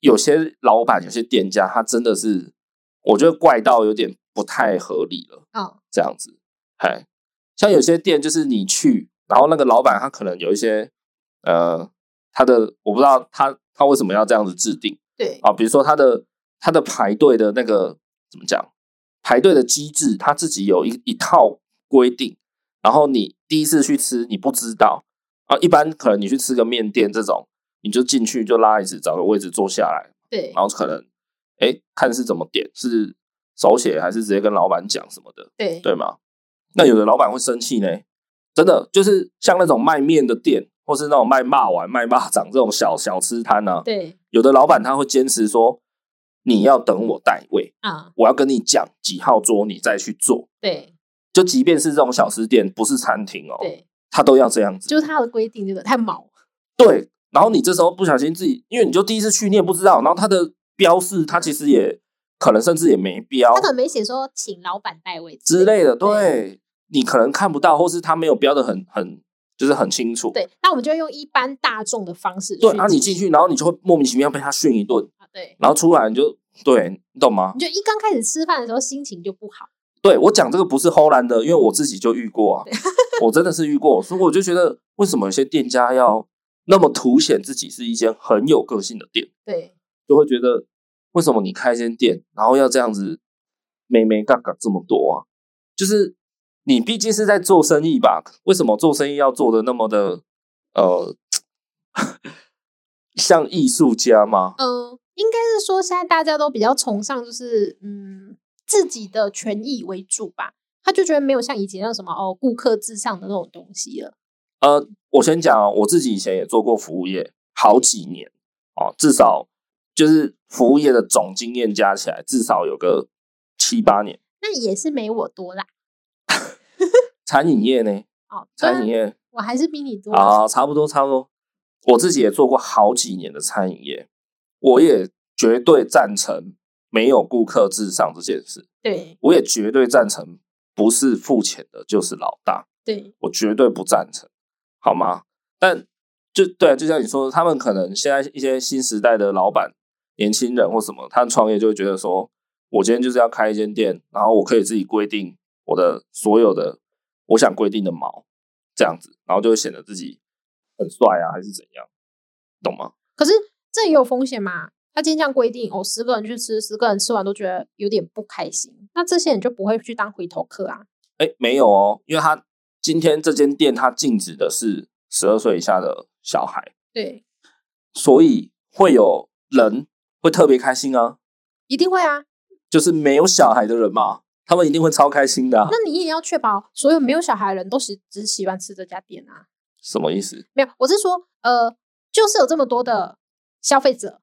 [SPEAKER 1] 有些老板、有些店家，他真的是我觉得怪到有点不太合理了，
[SPEAKER 2] 哦，
[SPEAKER 1] 这样子。哎，像有些店就是你去，然后那个老板他可能有一些呃，他的我不知道他他为什么要这样子制定
[SPEAKER 2] 对，
[SPEAKER 1] 啊，比如说他的他的排队的那个怎么讲，排队的机制，他自己有一一套规定，然后你第一次去吃你不知道啊，一般可能你去吃个面店这种，你就进去就拉椅子找个位置坐下来，
[SPEAKER 2] 对，
[SPEAKER 1] 然后可能哎、诶看是怎么点，是手写还是直接跟老板讲什么的，
[SPEAKER 2] 对，
[SPEAKER 1] 对吗？那有的老板会生气呢，真的就是像那种卖面的店，或是那种卖骂丸、卖蚂掌这种小小吃摊呢、啊，
[SPEAKER 2] 对，
[SPEAKER 1] 有的老板他会坚持说你要等我带位，
[SPEAKER 2] 啊，
[SPEAKER 1] 我要跟你讲几号桌你再去坐。
[SPEAKER 2] 对，
[SPEAKER 1] 就即便是这种小吃店，不是餐厅哦，
[SPEAKER 2] 对，
[SPEAKER 1] 他都要这样子。
[SPEAKER 2] 就是他的规定，这个太毛。
[SPEAKER 1] 对，然后你这时候不小心自己，因为你就第一次去，你也不知道，然后他的标示它其实也可能甚至也没标
[SPEAKER 2] 他可能没写说请老板代位
[SPEAKER 1] 之类的，
[SPEAKER 2] 对
[SPEAKER 1] 对你可能看不到，或是它没有标的很很就是很清楚。
[SPEAKER 2] 对，那我们就用一般大众的方式去
[SPEAKER 1] 对，然后你进
[SPEAKER 2] 解
[SPEAKER 1] 去，然后你就会莫名其妙被他训一顿，
[SPEAKER 2] 啊，对，
[SPEAKER 1] 然后出来你就对你懂吗？
[SPEAKER 2] 你就一刚开始吃饭的时候心情就不好，
[SPEAKER 1] 对我讲这个不是齁兰的，因为我自己就遇过啊， 我真的是遇过，所以我就觉得为什么有些店家要那么凸显自己是一间很有个性的店，
[SPEAKER 2] 对，
[SPEAKER 1] 就会觉得为什么你开一间店，然后要这样子美美嘎嘎这么多啊？就是你毕竟是在做生意吧，为什么做生意要做的那么的呃 像艺术家吗？
[SPEAKER 2] 嗯，应该是说现在大家都比较崇尚就是嗯自己的权益为主吧，他就觉得没有像以前那种什么哦顾客至上的那种东西了，
[SPEAKER 1] 呃，我先讲哦，我自己以前也做过服务业好几年哦，至少就是服务业的总经验加起来至少有个七八年。
[SPEAKER 2] 那也是没我多啦，
[SPEAKER 1] 餐饮业呢？
[SPEAKER 2] 哦，虽
[SPEAKER 1] 餐
[SPEAKER 2] 然
[SPEAKER 1] 饮业
[SPEAKER 2] 我还是比你多，
[SPEAKER 1] 啊，差不多差不多。我自己也做过好几年的餐饮业，我也绝对赞成没有顾客至上这件事，
[SPEAKER 2] 对
[SPEAKER 1] 我也绝对赞成不是付钱的就是老大。
[SPEAKER 2] 对
[SPEAKER 1] 我绝对不赞成，好吗？但就对，啊就像你说，他们可能现在一些新时代的老板、年轻人或什么，他们创业就会觉得说，我今天就是要开一间店，然后我可以自己规定我的所有的我想规定的毛，这样子，然后就会显得自己很帅啊，还是怎样，懂吗？
[SPEAKER 2] 可是这也有风险嘛。他今天这样规定，哦，十个人去吃，十个人吃完都觉得有点不开心，那这些人就不会去当回头客啊。
[SPEAKER 1] 哎，没有哦，因为他今天这间店它禁止的是十二岁以下的小孩，
[SPEAKER 2] 对，
[SPEAKER 1] 所以会有人会特别开心啊。
[SPEAKER 2] 一定会啊。
[SPEAKER 1] 就是没有小孩的人嘛，他们一定会超开心的啊、
[SPEAKER 2] 那你也要确保所有没有小孩的人都喜只喜欢吃这家店啊。
[SPEAKER 1] 什么意思？
[SPEAKER 2] 没有，我是说，呃，就是有这么多的消费者，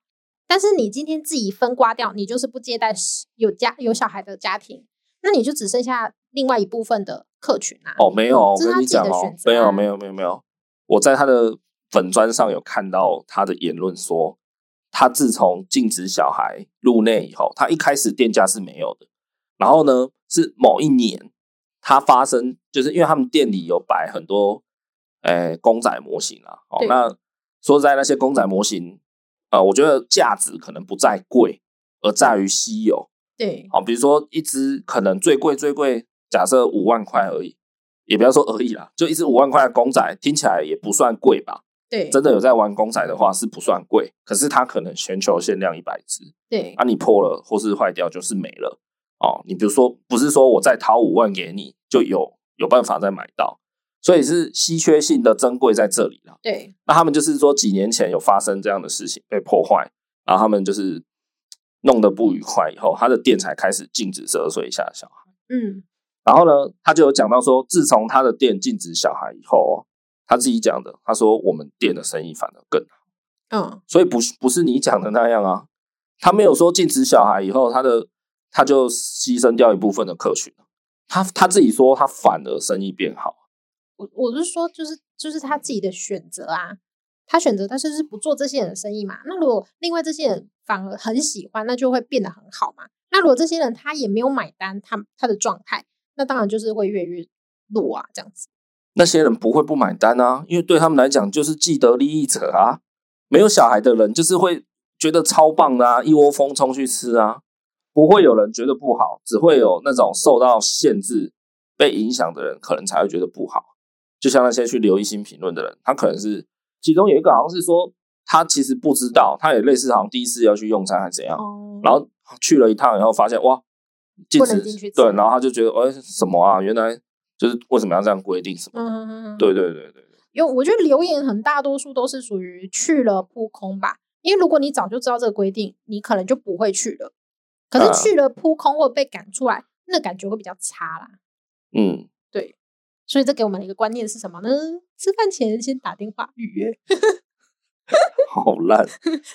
[SPEAKER 2] 但是你今天自己分刮掉，你就是不接待是有家有小孩的家庭，那你就只剩下另外一部分的客群啊。
[SPEAKER 1] 哦，没有，我
[SPEAKER 2] 这是
[SPEAKER 1] 跟
[SPEAKER 2] 他
[SPEAKER 1] 你
[SPEAKER 2] 自己
[SPEAKER 1] 讲
[SPEAKER 2] 的
[SPEAKER 1] 哦
[SPEAKER 2] 选，择
[SPEAKER 1] 没有，
[SPEAKER 2] 啊
[SPEAKER 1] 没有，没有，没有。我在他的粉砖上有看到他的言论说，他自从禁止小孩入内以后，他一开始店家是没有的，然后呢是某一年他发生，就是因为他们店里有摆很多诶、呃公仔模型啊，哦，
[SPEAKER 2] 对
[SPEAKER 1] 那说实在那些公仔模型，呃，我觉得价值可能不在贵，而在于稀有。
[SPEAKER 2] 对
[SPEAKER 1] 好，比如说一只可能最贵最贵，假设五万块而已，也不要说而已啦，就一只五万块的公仔，听起来也不算贵吧？
[SPEAKER 2] 对
[SPEAKER 1] 真的有在玩公仔的话是不算贵，可是它可能全球限量一百只，
[SPEAKER 2] 对
[SPEAKER 1] 啊，你破了或是坏掉就是没了哦。你比如说，不是说我再掏五万给你就有有办法再买到，所以是稀缺性的珍贵在这里啦。
[SPEAKER 2] 对
[SPEAKER 1] 那他们就是说几年前有发生这样的事情被破坏，然后他们就是弄得不愉快以后，他的店才开始禁止十二岁以下的小孩。
[SPEAKER 2] 嗯
[SPEAKER 1] 然后呢，他就有讲到说，自从他的店禁止小孩以后哦，他自己讲的，他说我们店的生意反而更好，
[SPEAKER 2] 嗯
[SPEAKER 1] 所以不是不是你讲的那样啊，他没有说禁止小孩以后，他的他就牺牲掉一部分的客群，他他自己说他反而生意变好。
[SPEAKER 2] 我我是说，就是就是他自己的选择啊，他选择他就是不做这些人的生意嘛。那如果另外这些人反而很喜欢，那就会变得很好嘛。那如果这些人他也没有买单，他他的状态，那当然就是会越来越弱啊，这样子。
[SPEAKER 1] 那些人不会不买单啊，因为对他们来讲就是既得利益者啊。没有小孩的人就是会觉得超棒的啊，一窝蜂冲去吃啊，不会有人觉得不好，只会有那种受到限制、被影响的人可能才会觉得不好。就像那些去留一星评论的人，他可能是其中有一个好像是说他其实不知道，他也类似好像第一次要去用餐还是怎样，
[SPEAKER 2] 哦
[SPEAKER 1] 然后去了一趟以后发现哇，禁
[SPEAKER 2] 不
[SPEAKER 1] 止
[SPEAKER 2] 能进去吃
[SPEAKER 1] 对，然后他就觉得哎、什么啊，原来就是为什么要这样规定什么的。
[SPEAKER 2] 嗯，
[SPEAKER 1] 对对对对，
[SPEAKER 2] 因为我觉得留言很大多数都是属于去了扑空吧，因为如果你早就知道这个规定，你可能就不会去了。可
[SPEAKER 1] 啊
[SPEAKER 2] 是去了扑空或被赶出来，那感觉会比较差啦。
[SPEAKER 1] 嗯，
[SPEAKER 2] 所以这给我们的一个观念是什么呢？吃饭前先打电话预约。
[SPEAKER 1] 好烂。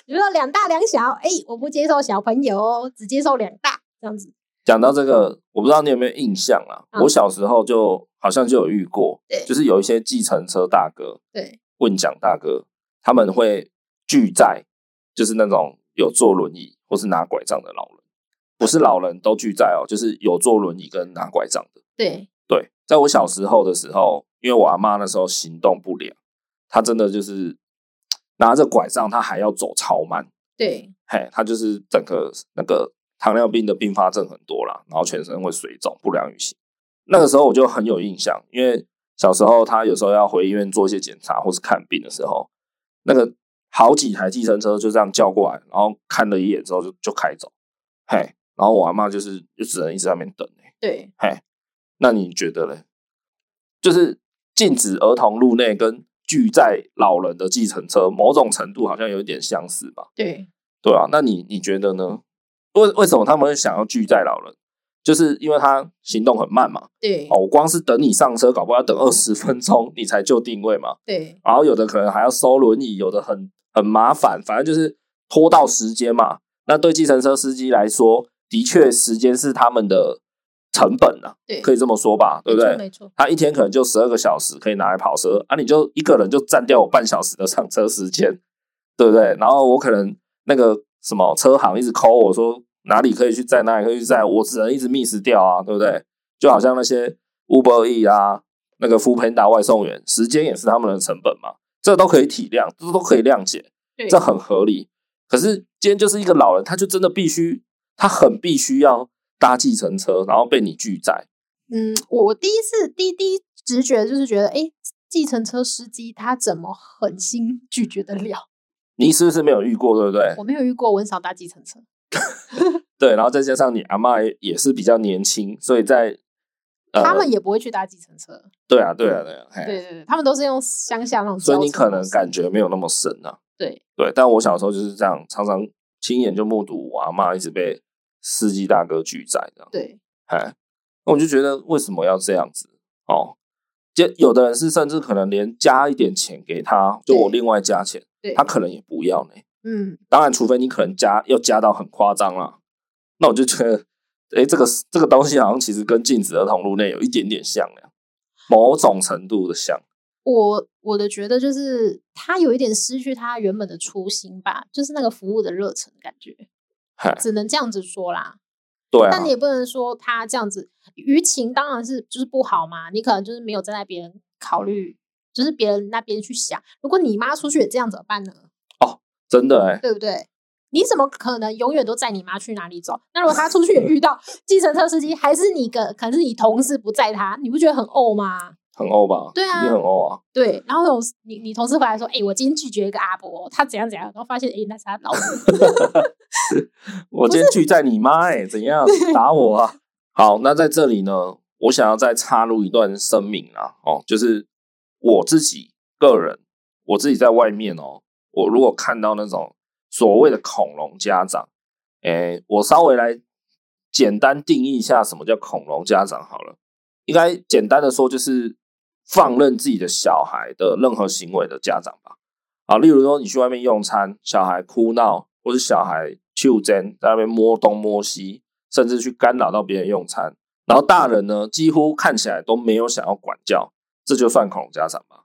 [SPEAKER 2] 比如说两大两小，哎、我不接受小朋友哦，只接受两大这样子。
[SPEAKER 1] 讲到这个，我不知道你有没有印象啊？
[SPEAKER 2] 嗯
[SPEAKER 1] 我小时候就好像就有遇过，
[SPEAKER 2] 对
[SPEAKER 1] 就是有一些计程车大哥、
[SPEAKER 2] 对
[SPEAKER 1] 问奖大哥，他们会拒载，就是那种有坐轮椅或是拿拐杖的老人，不是老人都拒载哦，就是有坐轮椅跟拿拐杖的。
[SPEAKER 2] 对，
[SPEAKER 1] 对，在我小时候的时候，因为我阿妈那时候行动不良，她真的就是拿着拐杖，她还要走超慢，
[SPEAKER 2] 对，
[SPEAKER 1] 嘿，她就是整个那个糖尿病的并发症很多啦，然后全身会水肿、不良于行。那个时候我就很有印象，因为小时候她有时候要回医院做一些检查或是看病的时候，那个好几台计程车就这样叫过来，然后看了一眼之后就就开走，嘿，然后我阿妈就是就只能一直在那边等、欸
[SPEAKER 2] 对，
[SPEAKER 1] 嘿，那你觉得嘞？就是禁止儿童入内跟拒载老人的计程车，某种程度好像有一点相似吧？
[SPEAKER 2] 对，
[SPEAKER 1] 对啊，那你你觉得呢？为为什么他们会想要拒载老人？就是因为他行动很慢嘛。
[SPEAKER 2] 对，
[SPEAKER 1] 哦，我光是等你上车，搞不好要等二十分钟你才就定位嘛。
[SPEAKER 2] 对，
[SPEAKER 1] 然后有的可能还要收轮椅，有的很很麻烦，反正就是拖到时间嘛。那对计程车司机来说，的确时间是他们的成本啊。
[SPEAKER 2] 对，
[SPEAKER 1] 可以这么说吧，对不
[SPEAKER 2] 没错
[SPEAKER 1] 对？
[SPEAKER 2] 没错，
[SPEAKER 1] 他一天可能就十二个小时可以拿来跑车，啊，你就一个人就占掉我半小时的上车时间，对不对？然后我可能那个什么车行一直 call 我说哪里可以去载，哪里可以去载，我只能一直 miss 掉啊，对不对？就好像那些 Uber E 啊，那个 f o o Panda 外送员，时间也是他们的成本嘛，这都可以体谅，这都可以谅解。
[SPEAKER 2] 对，
[SPEAKER 1] 这很合理。可是今天就是一个老人，他就真的必须，他很必须要搭计程车，然后被你拒载。
[SPEAKER 2] 嗯，我我第一次第第一直觉就是觉得，哎，计程车司机他怎么狠心拒绝得了？
[SPEAKER 1] 你是不是没有遇过，对不对
[SPEAKER 2] 我？没有遇过，我很少搭计程车。
[SPEAKER 1] 对，然后再加上你阿妈也是比较年轻，所以在呃，
[SPEAKER 2] 他们也不会去搭计程车，
[SPEAKER 1] 对啊，对啊，对啊，嘿
[SPEAKER 2] 对对对，他们都是用乡下那种交
[SPEAKER 1] 所
[SPEAKER 2] 通
[SPEAKER 1] 以
[SPEAKER 2] 模
[SPEAKER 1] 你
[SPEAKER 2] 式，
[SPEAKER 1] 可能感觉没有那么深啊。
[SPEAKER 2] 对
[SPEAKER 1] 对，但我小时候就是这样，常常亲眼就目睹我阿妈一直被司机大哥拒载这样。
[SPEAKER 2] 对
[SPEAKER 1] 哎，那我就觉得为什么要这样子哦？就有的人是甚至可能连加一点钱给他，就我
[SPEAKER 2] 对
[SPEAKER 1] 另外加钱，
[SPEAKER 2] 对，
[SPEAKER 1] 他可能也不要呢。
[SPEAKER 2] 嗯，
[SPEAKER 1] 当然，除非你可能加要加到很夸张啦，那我就觉得，哎，这个这个东西好像其实跟禁止儿童入内有一点点像呀，某种程度的像。
[SPEAKER 2] 我我的觉得就是他有一点失去他原本的初心吧，就是那个服务的热忱的感觉，
[SPEAKER 1] 嗨，
[SPEAKER 2] 只能这样子说啦。
[SPEAKER 1] 对啊
[SPEAKER 2] 但你，也不能说他这样子舆情当然是就是不好嘛，你可能就是没有站在别人考虑，就是别人那边去想，如果你妈出去也这样怎么办呢？
[SPEAKER 1] 真的哎、
[SPEAKER 2] 对不对？你怎么可能永远都载你妈去哪里走？那如果她出去也遇到计程车司机，还是你个，可能是你同事不载她，你不觉得很呕吗？
[SPEAKER 1] 很欧吧？
[SPEAKER 2] 对啊
[SPEAKER 1] 一定很欧啊。
[SPEAKER 2] 对，然后那种你你同事回来说，哎、我今天拒绝一个阿伯，哦他怎样怎样，然后发现哎、诶那是他老婆，
[SPEAKER 1] 我今天拒载你妈哎、怎样打我啊？好，那在这里呢，我想要再插入一段声明啦，哦，就是我自己个人，我自己在外面哦，我如果看到那种所谓的恐龙家长，诶、我稍微来简单定义一下什么叫恐龙家长好了，应该简单的说就是放任自己的小孩的任何行为的家长吧。啊，例如说你去外面用餐，小孩哭闹，或是小孩求真在那边摸东摸西，甚至去干扰到别人用餐，然后大人呢几乎看起来都没有想要管教，这就算恐龙家长吧？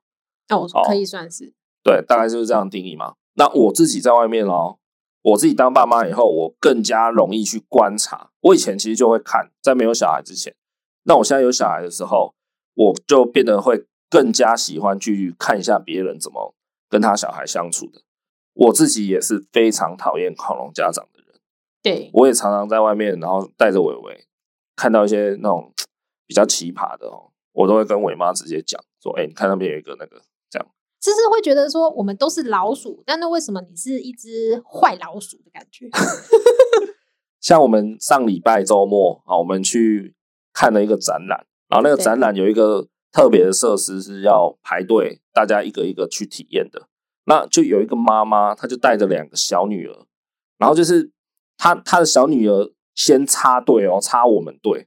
[SPEAKER 2] 那我
[SPEAKER 1] 哦
[SPEAKER 2] 说可以算是、
[SPEAKER 1] 对，大概就是这样定义嘛。那我自己在外面哦，我自己当爸妈以后，我更加容易去观察。我以前其实就会看，在没有小孩之前，那我现在有小孩的时候，我就变得会更加喜欢去看一下别人怎么跟他小孩相处的。我自己也是非常讨厌恐龙家长的人，
[SPEAKER 2] 对
[SPEAKER 1] 我也常常在外面，然后带着伟伟看到一些那种比较奇葩的哦，我都会跟伟妈直接讲说：“哎、你看那边有一个那个这样。”
[SPEAKER 2] 就是会觉得说我们都是老鼠，但是为什么你是一只坏老鼠的感觉？
[SPEAKER 1] 像我们上礼拜周末啊，我们去看了一个展览，然后那个
[SPEAKER 2] 对
[SPEAKER 1] 展览有一个特别的设施是要排队，大家一个一个去体验的。那就有一个妈妈，她就带着两个小女儿，然后就是她她的小女儿先插队哦，插我们队，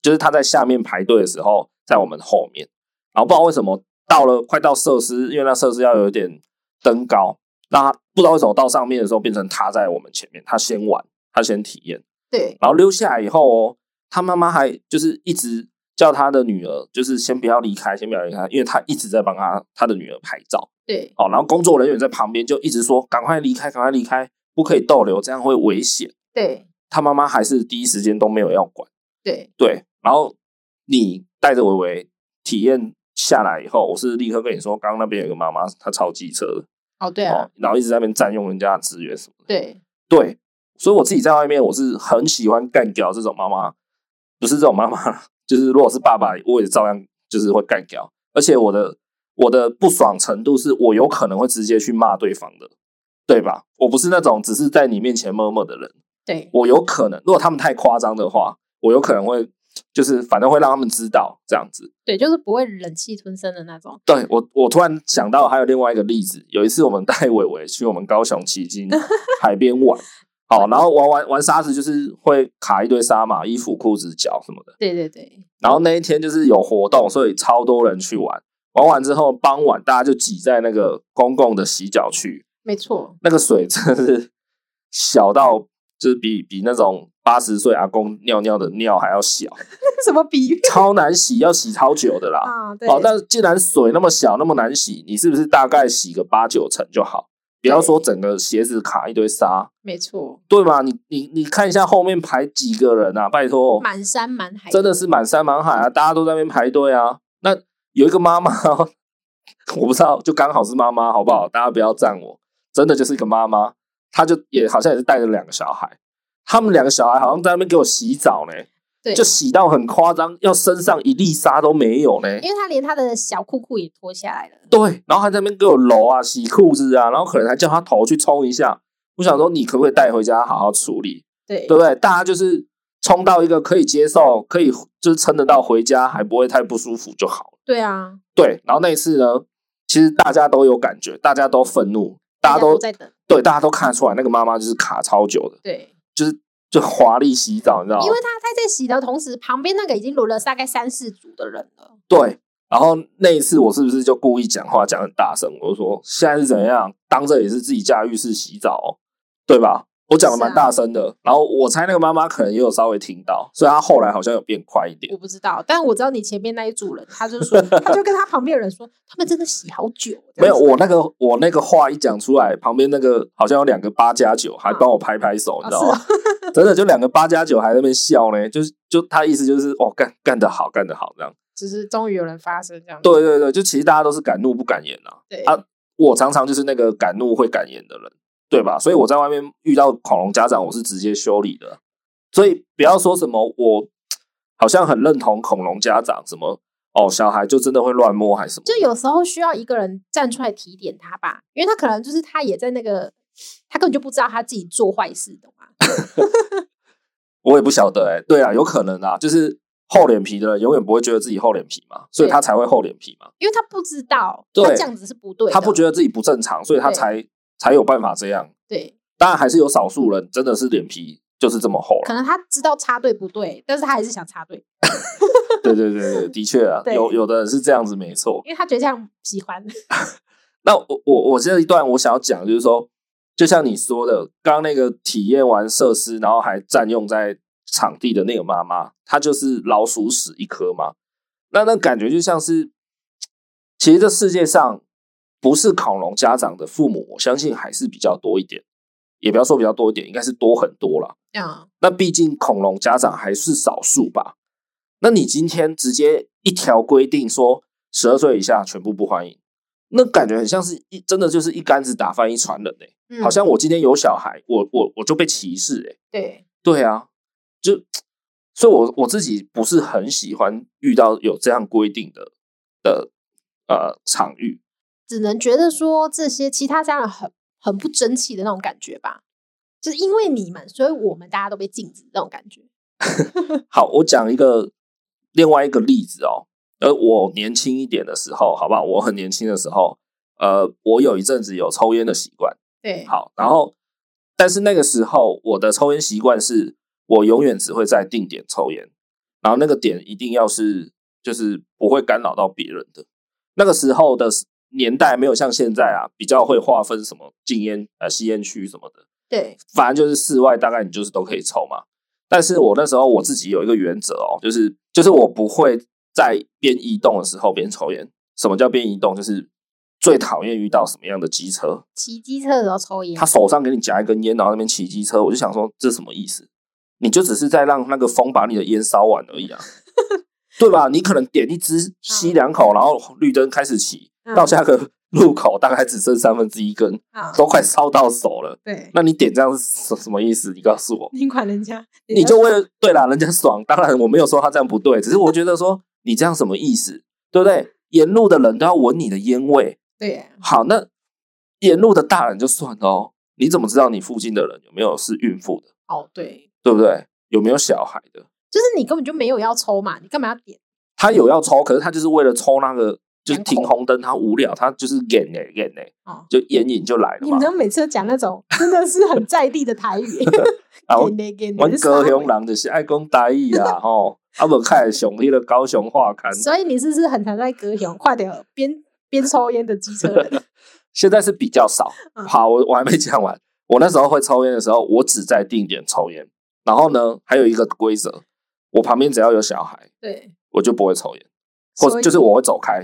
[SPEAKER 1] 就是她在下面排队的时候，在我们后面，然后不知道为什么到了快到设施，因为那设施要有点登高，那她不知道为什么到上面的时候变成她在我们前面，她先玩，她先体验。
[SPEAKER 2] 对
[SPEAKER 1] 然后溜下来以后哦，他妈妈还就是一直叫他的女儿，就是先不要离开，先不要离开，因为他一直在帮他他的女儿拍照。
[SPEAKER 2] 对
[SPEAKER 1] 哦，然后工作人员在旁边就一直说：“赶快离开，赶快离开，不可以逗留，这样会危险。
[SPEAKER 2] 对
[SPEAKER 1] 他妈妈还是第一时间都没有要管，
[SPEAKER 2] 对
[SPEAKER 1] 对。然后你带着伟伟体验下来以后，我是立刻跟你说，刚刚那边有个妈妈，她超机车的，
[SPEAKER 2] 哦对啊
[SPEAKER 1] 哦，然后一直在那边占用人家的资源什么的。
[SPEAKER 2] 对
[SPEAKER 1] 对，所以我自己在外面，我是很喜欢干掉这种妈妈，不是这种妈妈， 就是如果是爸爸，我也照样就是会干掉。而且我的我的不爽程度是我有可能会直接去骂对方的，对吧？我不是那种只是在你面前默默的人，
[SPEAKER 2] 对
[SPEAKER 1] 我有可能，如果他们太夸张的话，我有可能会就是反正会让他们知道这样子。
[SPEAKER 2] 对，就是不会忍气吞声的那种。
[SPEAKER 1] 对我，我突然想到还有另外一个例子，有一次我们带伟伟去我们高雄旗津海边玩，好，然后玩玩玩沙子，就是会卡一堆沙嘛，衣服、裤子、脚什么的。
[SPEAKER 2] 对对对
[SPEAKER 1] 然后那一天就是有活动，所以超多人去玩。玩完之后，傍晚大家就挤在那个公共的洗脚区，
[SPEAKER 2] 没错，
[SPEAKER 1] 那个水真的是小到就是比比那种八十岁阿公尿尿的尿还要小，
[SPEAKER 2] 什么比喻
[SPEAKER 1] 超难洗，要洗超久的啦。
[SPEAKER 2] 啊？对，
[SPEAKER 1] 哦，但既然水那么小，那么难洗，你是不是大概洗个八九成就好？不要说整个鞋子卡一堆沙，
[SPEAKER 2] 没错，
[SPEAKER 1] 对吗？你你你看一下后面排几个人啊？拜托，
[SPEAKER 2] 满山满海
[SPEAKER 1] 真的是满山满海啊，大家都在那边排队啊。那有一个妈妈， 我不知道，就刚好是妈妈，好不好？大家不要赞我，真的就是一个妈妈，她就也好像也是带着两个小孩，他们两个小孩好像在那边给我洗澡呢，
[SPEAKER 2] 对，
[SPEAKER 1] 就洗到很夸张，要身上一粒沙都没有呢。
[SPEAKER 2] 因为他连他的小裤裤也脱下来了。
[SPEAKER 1] 对，然后还在那边给我揉啊、洗裤子啊，然后可能还叫他头去冲一下。我想说，你可不可以带回家好好处理，
[SPEAKER 2] 对
[SPEAKER 1] 对不对？大家就是冲到一个可以接受、可以就是撑得到回家还不会太不舒服就好了。
[SPEAKER 2] 对啊，
[SPEAKER 1] 对，然后那一次呢，其实大家都有感觉，大家都愤怒，大家都
[SPEAKER 2] 在等。
[SPEAKER 1] 对，大家都看得出来，那个妈妈就是卡超久的，
[SPEAKER 2] 对，
[SPEAKER 1] 就是就华丽洗澡，你知道吗
[SPEAKER 2] 因为？他他在洗的同时，旁边那个已经轮了大概三四组的人了。
[SPEAKER 1] 对。然后那一次，我是不是就故意讲话讲很大声？我就说现在是怎样？当这也是自己家浴室洗澡、哦，对吧？我讲的蛮大声的。然后我猜那个妈妈可能也有稍微听到，所以她后来好像有变快一点
[SPEAKER 2] 我。不知道，但我知道你前面那一组人，他就说，他就跟他旁边的人说，他们真的洗好久。哦
[SPEAKER 1] 没有，我那个我那个话一讲出来，旁边那个好像有两个八加九，还帮我拍拍手，你知道吗？ 真的就两个八加九还在那边笑呢，就是就他意思就是哦干干得好，干得好这样。
[SPEAKER 2] 只是终于有人发生这样。
[SPEAKER 1] 对对对，就其实大家都是敢怒不敢言啊。
[SPEAKER 2] 对
[SPEAKER 1] 啊我常常就是那个敢怒会敢言的人，对吧？所以我在外面遇到恐龙家长，我是直接修理的。所以不要说什么我好像很认同恐龙家长，什么哦，小孩就真的会乱摸还是什么？
[SPEAKER 2] 就有时候需要一个人站出来提点他吧，因为他可能就是他也在那个，他根本就不知道他自己做坏事，懂吗？
[SPEAKER 1] 我也不晓得哎、对啊，有可能啊，就是厚脸皮的人永远不会觉得自己厚脸皮嘛，所以他才会厚脸皮嘛。
[SPEAKER 2] 因为他不知道
[SPEAKER 1] 对
[SPEAKER 2] 他这样子是不对的，
[SPEAKER 1] 他不觉得自己不正常，所以他
[SPEAKER 2] 对
[SPEAKER 1] 才才有办法这样。
[SPEAKER 2] 对，
[SPEAKER 1] 当然还是有少数人真的是脸皮就是这么厚
[SPEAKER 2] 可
[SPEAKER 1] 了。
[SPEAKER 2] 能他知道插队不对，但是他还是想插队，
[SPEAKER 1] 对对对对，的确啊，
[SPEAKER 2] 对
[SPEAKER 1] 有有的人是这样子没错。
[SPEAKER 2] 因为他觉得这样喜欢。
[SPEAKER 1] 那我我我这一段我想要讲，就是说，就像你说的，刚刚那个体验完设施，然后还占用在场地的那个妈妈，她就是老鼠屎一颗嘛。那那感觉就像是，其实这世界上不是恐龙家长的父母，我相信还是比较多一点，也不要说比较多一点，应该是多很多啦。
[SPEAKER 2] 嗯，
[SPEAKER 1] 那毕竟恐龙家长还是少数吧。那你今天直接一条规定说十二岁以下全部不欢迎，那感觉很像是一真的就是一竿子打翻一船人呢、
[SPEAKER 2] 嗯
[SPEAKER 1] 好像我今天有小孩，我我我就被歧视哎、
[SPEAKER 2] 对
[SPEAKER 1] 对啊，就所以我，我自己不是很喜欢遇到有这样规定的的呃场域。
[SPEAKER 2] 只能觉得说这些其他家长很很不争气的那种感觉吧，就是因为你们，所以我们大家都被禁止这种感觉。
[SPEAKER 1] 好，我讲一个另外一个例子哦。呃，我年轻一点的时候，好不好？我很年轻的时候，呃，我有一阵子有抽烟的习惯。
[SPEAKER 2] 对，
[SPEAKER 1] 好，然后但是那个时候我的抽烟习惯是，我永远只会在定点抽烟，然后那个点一定要是就是不会干扰到别人的。那个时候的年代没有像现在啊，比较会划分什么禁烟呃吸烟区什么的。
[SPEAKER 2] 对
[SPEAKER 1] 反正就是室外大概你就是都可以抽嘛。但是我那时候我自己有一个原则哦，就是就是我不会在边移动的时候边抽烟。什么叫边移动？就是最讨厌遇到什么样的机车？
[SPEAKER 2] 骑机车的时候抽烟
[SPEAKER 1] 他，手上给你夹一根烟，然后那边骑机车，我就想说这什么意思？你就只是在让那个风把你的烟烧完而已啊，对吧？你可能点一支吸两口，然后绿灯开始骑，
[SPEAKER 2] 嗯
[SPEAKER 1] 到下个路口大概只剩三分之一根，
[SPEAKER 2] 啊，
[SPEAKER 1] 都快烧到手了。
[SPEAKER 2] 对，
[SPEAKER 1] 那你点这样是什什么意思？你告诉我，
[SPEAKER 2] 你管人家，
[SPEAKER 1] 你就为了对啦，人家爽。当然我没有说他这样不对，只是我觉得说你这样什么意思，对不对？沿路的人都要闻你的烟味，
[SPEAKER 2] 对啊，
[SPEAKER 1] 好，那沿路的大人就算了哦，你怎么知道你附近的人有没有是孕妇的，
[SPEAKER 2] 哦对，
[SPEAKER 1] 对不对？有没有小孩的？
[SPEAKER 2] 就是你根本就没有要抽嘛，你干嘛要点？
[SPEAKER 1] 他有要抽，可是他就是为了抽那个，就是
[SPEAKER 2] 两口
[SPEAKER 1] 停红灯，他无聊，他就是演哎演哎，
[SPEAKER 2] 哦
[SPEAKER 1] 就眼瘾就来了
[SPEAKER 2] 你
[SPEAKER 1] 嘛
[SPEAKER 2] 们。每次都讲那种真的是很在地的台 语，
[SPEAKER 1] 啊，我
[SPEAKER 2] 给给
[SPEAKER 1] 我高雄人就是爱讲台语啊，吼，啊不看上迄个高雄话刊，
[SPEAKER 2] 所以你是不是很常在隔雄？快点边边抽烟的机车 人
[SPEAKER 1] 现在是比较少
[SPEAKER 2] 嗯。
[SPEAKER 1] 好，我我还没讲完。我那时候会抽烟的时候，我只在定点抽烟。然后呢，还有一个规则，我旁边只要有小孩，
[SPEAKER 2] 对，
[SPEAKER 1] 我就不会抽烟，或
[SPEAKER 2] 所
[SPEAKER 1] 者
[SPEAKER 2] 以
[SPEAKER 1] 就是我会走开。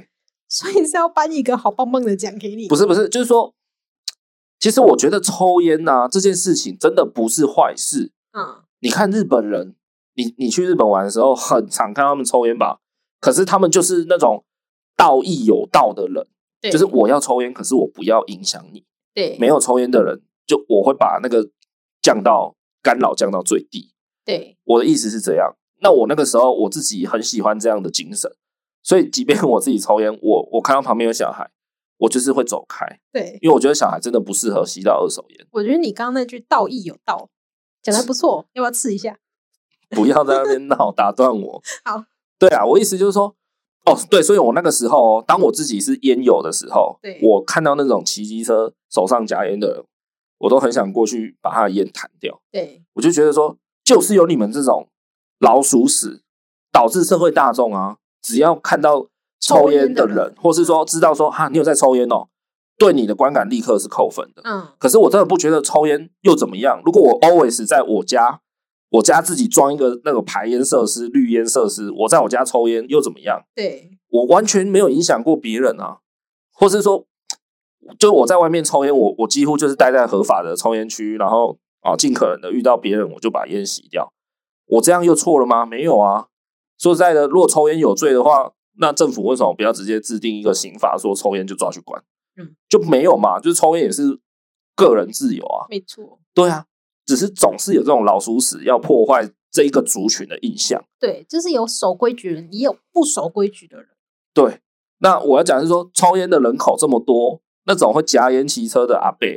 [SPEAKER 2] 所以是要颁一个好棒棒的奖给你，
[SPEAKER 1] 不
[SPEAKER 2] 是？
[SPEAKER 1] 是不是，就是说，其实我觉得抽烟呐、这件事情真的不是坏事。
[SPEAKER 2] 嗯，
[SPEAKER 1] 你看日本人，你你去日本玩的时候，很常看他们抽烟吧？可是他们就是那种道义有道的人，
[SPEAKER 2] 对，
[SPEAKER 1] 就是我要抽烟，可是我不要影响你。
[SPEAKER 2] 对，
[SPEAKER 1] 没有抽烟的人，就我会把那个降到干扰降到最低。
[SPEAKER 2] 对
[SPEAKER 1] 我的意思是这样。那我那个时候我自己很喜欢这样的精神，所以即便我自己抽烟，我我看到旁边有小孩，我就是会走开，
[SPEAKER 2] 对。
[SPEAKER 1] 因为我觉得小孩真的不适合吸到二手烟，
[SPEAKER 2] 我觉得你刚刚那句道义有道，讲的不错，要不要试一下？
[SPEAKER 1] 不要在那边 闹打断我。
[SPEAKER 2] 好，
[SPEAKER 1] 对啊，我意思就是说，哦，对，所以我那个时候、哦，当我自己是烟友的时候
[SPEAKER 2] 对，
[SPEAKER 1] 我看到那种骑机车手上夹烟的人，我都很想过去把他的烟弹掉。
[SPEAKER 2] 对
[SPEAKER 1] 我就觉得说，就是有你们这种老鼠屎，导致社会大众啊，只要看到抽烟的
[SPEAKER 2] 抽烟的人
[SPEAKER 1] 人，或是说知道说哈、你有在抽烟哦，对你的观感立刻是扣分的。
[SPEAKER 2] 嗯，
[SPEAKER 1] 可是我真的不觉得抽烟又怎么样。如果我 always 在我家，我家自己装一个那个排烟设施、滤烟设施，我在我家抽烟又怎么样？
[SPEAKER 2] 对
[SPEAKER 1] 我完全没有影响过别人啊，或是说，就我在外面抽烟，我我几乎就是待在合法的抽烟区，然后啊，尽可能的遇到别人，我就把烟洗掉。我这样又错了吗？没有啊。说实在的，如果抽烟有罪的话，那政府为什么不要直接制定一个刑罚，说抽烟就抓去关？
[SPEAKER 2] 嗯，
[SPEAKER 1] 就没有嘛，就是抽烟也是个人自由啊。
[SPEAKER 2] 没错，
[SPEAKER 1] 对啊，只是总是有这种老鼠屎要破坏这一个族群的印象。
[SPEAKER 2] 对，就是有守规矩的人，也有不守规矩的人。
[SPEAKER 1] 对，那我要讲的是说，抽烟的人口这么多，那种会夹烟骑车的阿伯，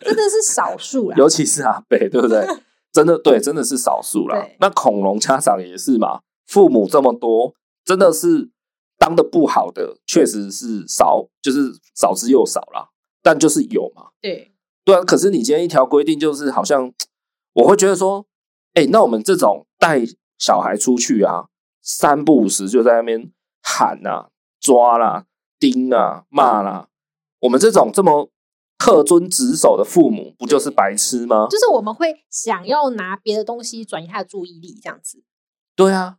[SPEAKER 2] 真的是少数啦。
[SPEAKER 1] 尤其是阿伯，对不 对？真的对，真的是少数啦
[SPEAKER 2] 对。
[SPEAKER 1] 那恐龙家长也是嘛，父母这么多，真的是当的不好的，确实是少，就是少之又少啦。但就是有嘛，
[SPEAKER 2] 对
[SPEAKER 1] 对啊。可是你今天一条规定，就是好像我会觉得说，哎、那我们这种带小孩出去啊，三不五时就在那边喊啊、抓啦、盯啊、骂啦，我们这种这么恪遵职守的父母，不就是白痴吗？
[SPEAKER 2] 就是我们会想要拿别的东西转移他的注意力，这样子。
[SPEAKER 1] 对啊，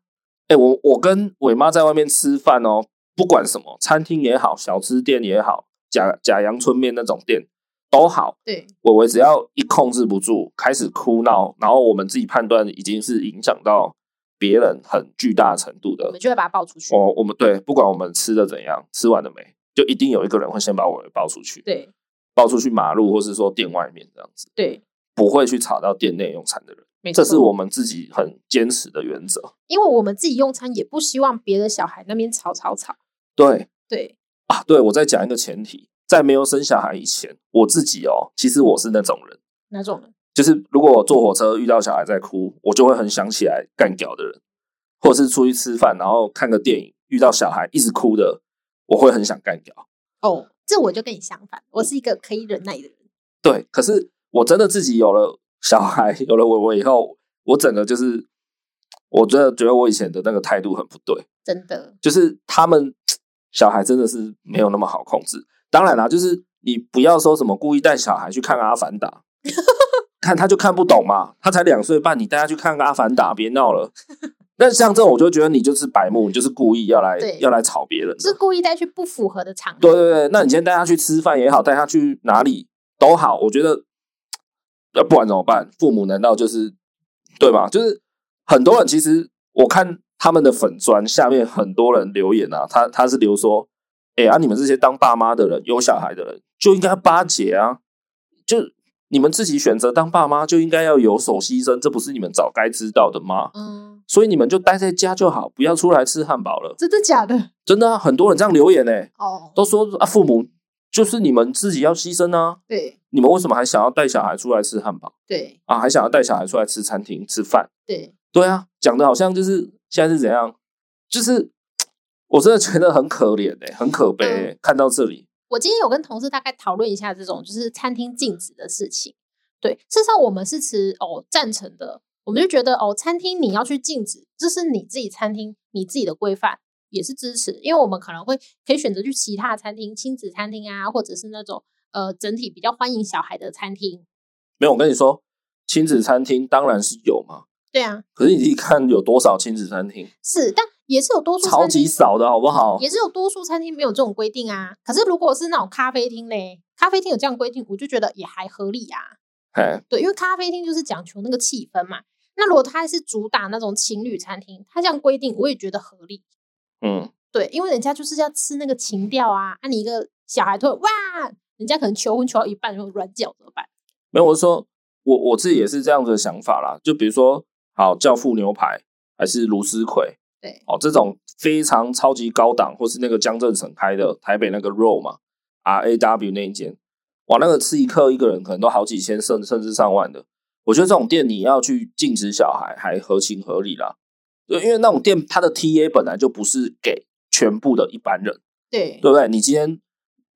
[SPEAKER 1] 哎、我我跟伟妈在外面吃饭哦，不管什么餐厅也好，小吃店也好，假假阳春面那种店都好，
[SPEAKER 2] 对
[SPEAKER 1] 我我只要一控制不住，开始哭闹，然后我们自己判断已经是影响到别人很巨大程度
[SPEAKER 2] 我
[SPEAKER 1] 的哦
[SPEAKER 2] 们。就会把他抱出去。
[SPEAKER 1] 我我们对，不管我们吃的怎样，吃完了没，就一定有一个人会先把我给抱出去，
[SPEAKER 2] 对
[SPEAKER 1] 抱出去马路，或是说店外面这样子，
[SPEAKER 2] 对，
[SPEAKER 1] 不会去吵到店内用餐的人。
[SPEAKER 2] 没错。
[SPEAKER 1] 这是我们自己很坚持的原则。
[SPEAKER 2] 因为我们自己用餐也不希望别的小孩那边吵吵吵。
[SPEAKER 1] 对
[SPEAKER 2] 对
[SPEAKER 1] 啊，对我再讲一个前提，在没有生小孩以前，我自己哦，其实我是那种人，
[SPEAKER 2] 哪种人？
[SPEAKER 1] 就是如果我坐火车遇到小孩在哭，我就会很想起来干屌的人，或者是出去吃饭然后看个电影遇到小孩一直哭的，我会很想干屌。
[SPEAKER 2] 哦，这我就跟你相反，我是一个可以忍耐的人。
[SPEAKER 1] 对，可是我真的自己有了小孩，有了我我以后，我整个就是，我真的觉得我以前的那个态度很不对，
[SPEAKER 2] 真的，
[SPEAKER 1] 就是他们小孩真的是没有那么好控制。当然啦，就是你不要说什么故意带小孩去看《阿凡达》，看他就看不懂嘛，他才两岁半，你带他去看《阿凡达》，别闹了。但像这种，我就觉得你就是白目，你就是故意要来
[SPEAKER 2] 对
[SPEAKER 1] 要来吵别人的。
[SPEAKER 2] 是故意带去不符合的场合。
[SPEAKER 1] 对对对，那你先带他去吃饭也好，带他去哪里都好，我觉得，呃，不管怎么办，父母难道就是对吧？就是很多人其实我看他们的粉砖下面很多人留言啊，他他是留说，哎、啊，你们这些当爸妈的人、有小孩的人就应该巴结啊，就你们自己选择当爸妈就应该要有所牺牲，这不是你们早该知道的吗？
[SPEAKER 2] 嗯，
[SPEAKER 1] 所以你们就待在家就好，不要出来吃汉堡了。
[SPEAKER 2] 真的假的？
[SPEAKER 1] 真的、啊，很多人这样留言呢、
[SPEAKER 2] 哦，
[SPEAKER 1] 都说啊，父母就是你们自己要牺牲啊，
[SPEAKER 2] 对
[SPEAKER 1] 你们为什么还想要带小孩出来吃汉堡
[SPEAKER 2] 对
[SPEAKER 1] 啊？还想要带小孩出来吃餐厅吃饭？
[SPEAKER 2] 对，
[SPEAKER 1] 对啊，讲的好像就是现在是怎样，就是我真的觉得很可怜哎、很可悲、欸
[SPEAKER 2] 嗯
[SPEAKER 1] 看到这里，
[SPEAKER 2] 我今天有跟同事大概讨论一下这种就是餐厅禁止的事情。对，事实上我们是持哦赞成的，我们就觉得哦，餐厅你要去禁止，这是你自己餐厅你自己的规范，也是支持，因为我们可能会可以选择去其他的餐厅，亲子餐厅啊，或者是那种呃整体比较欢迎小孩的餐厅。
[SPEAKER 1] 没有，我跟你说，亲子餐厅当然是有嘛，
[SPEAKER 2] 对啊，
[SPEAKER 1] 可是你自己看有多少亲子餐厅，
[SPEAKER 2] 是，但也是有多数
[SPEAKER 1] 超
[SPEAKER 2] 餐
[SPEAKER 1] 级
[SPEAKER 2] 厅
[SPEAKER 1] 少的好不好？
[SPEAKER 2] 也是有多数餐厅没有这种规定啊。可是如果是那种咖啡厅嘞，咖啡厅有这样规定，我就觉得也还合理啊。
[SPEAKER 1] 哎，
[SPEAKER 2] 对，因为咖啡厅就是讲求那个气氛嘛。那如果它是主打那种情侣餐厅，它这样规定我也觉得合理。
[SPEAKER 1] 嗯，
[SPEAKER 2] 对，因为人家就是要吃那个情调啊。啊，你一个小孩突然哇，人家可能求婚求到一半然后软脚怎么办？
[SPEAKER 1] 没有，我是说我我自己也是这样子的想法啦，就比如说好教父牛排还是卢斯葵。
[SPEAKER 2] 对，
[SPEAKER 1] 哦，这种非常超级高档，或是那个江正成开的台北那个 Roll 嘛，R A W 那一间，哇，那个吃一客一个人可能都好几千，甚甚至上万的。我觉得这种店你要去禁止小孩，还合情合理啦。对，因为那种店它的 T A 本来就不是给全部的一般人，
[SPEAKER 2] 对，
[SPEAKER 1] 对不对？你今天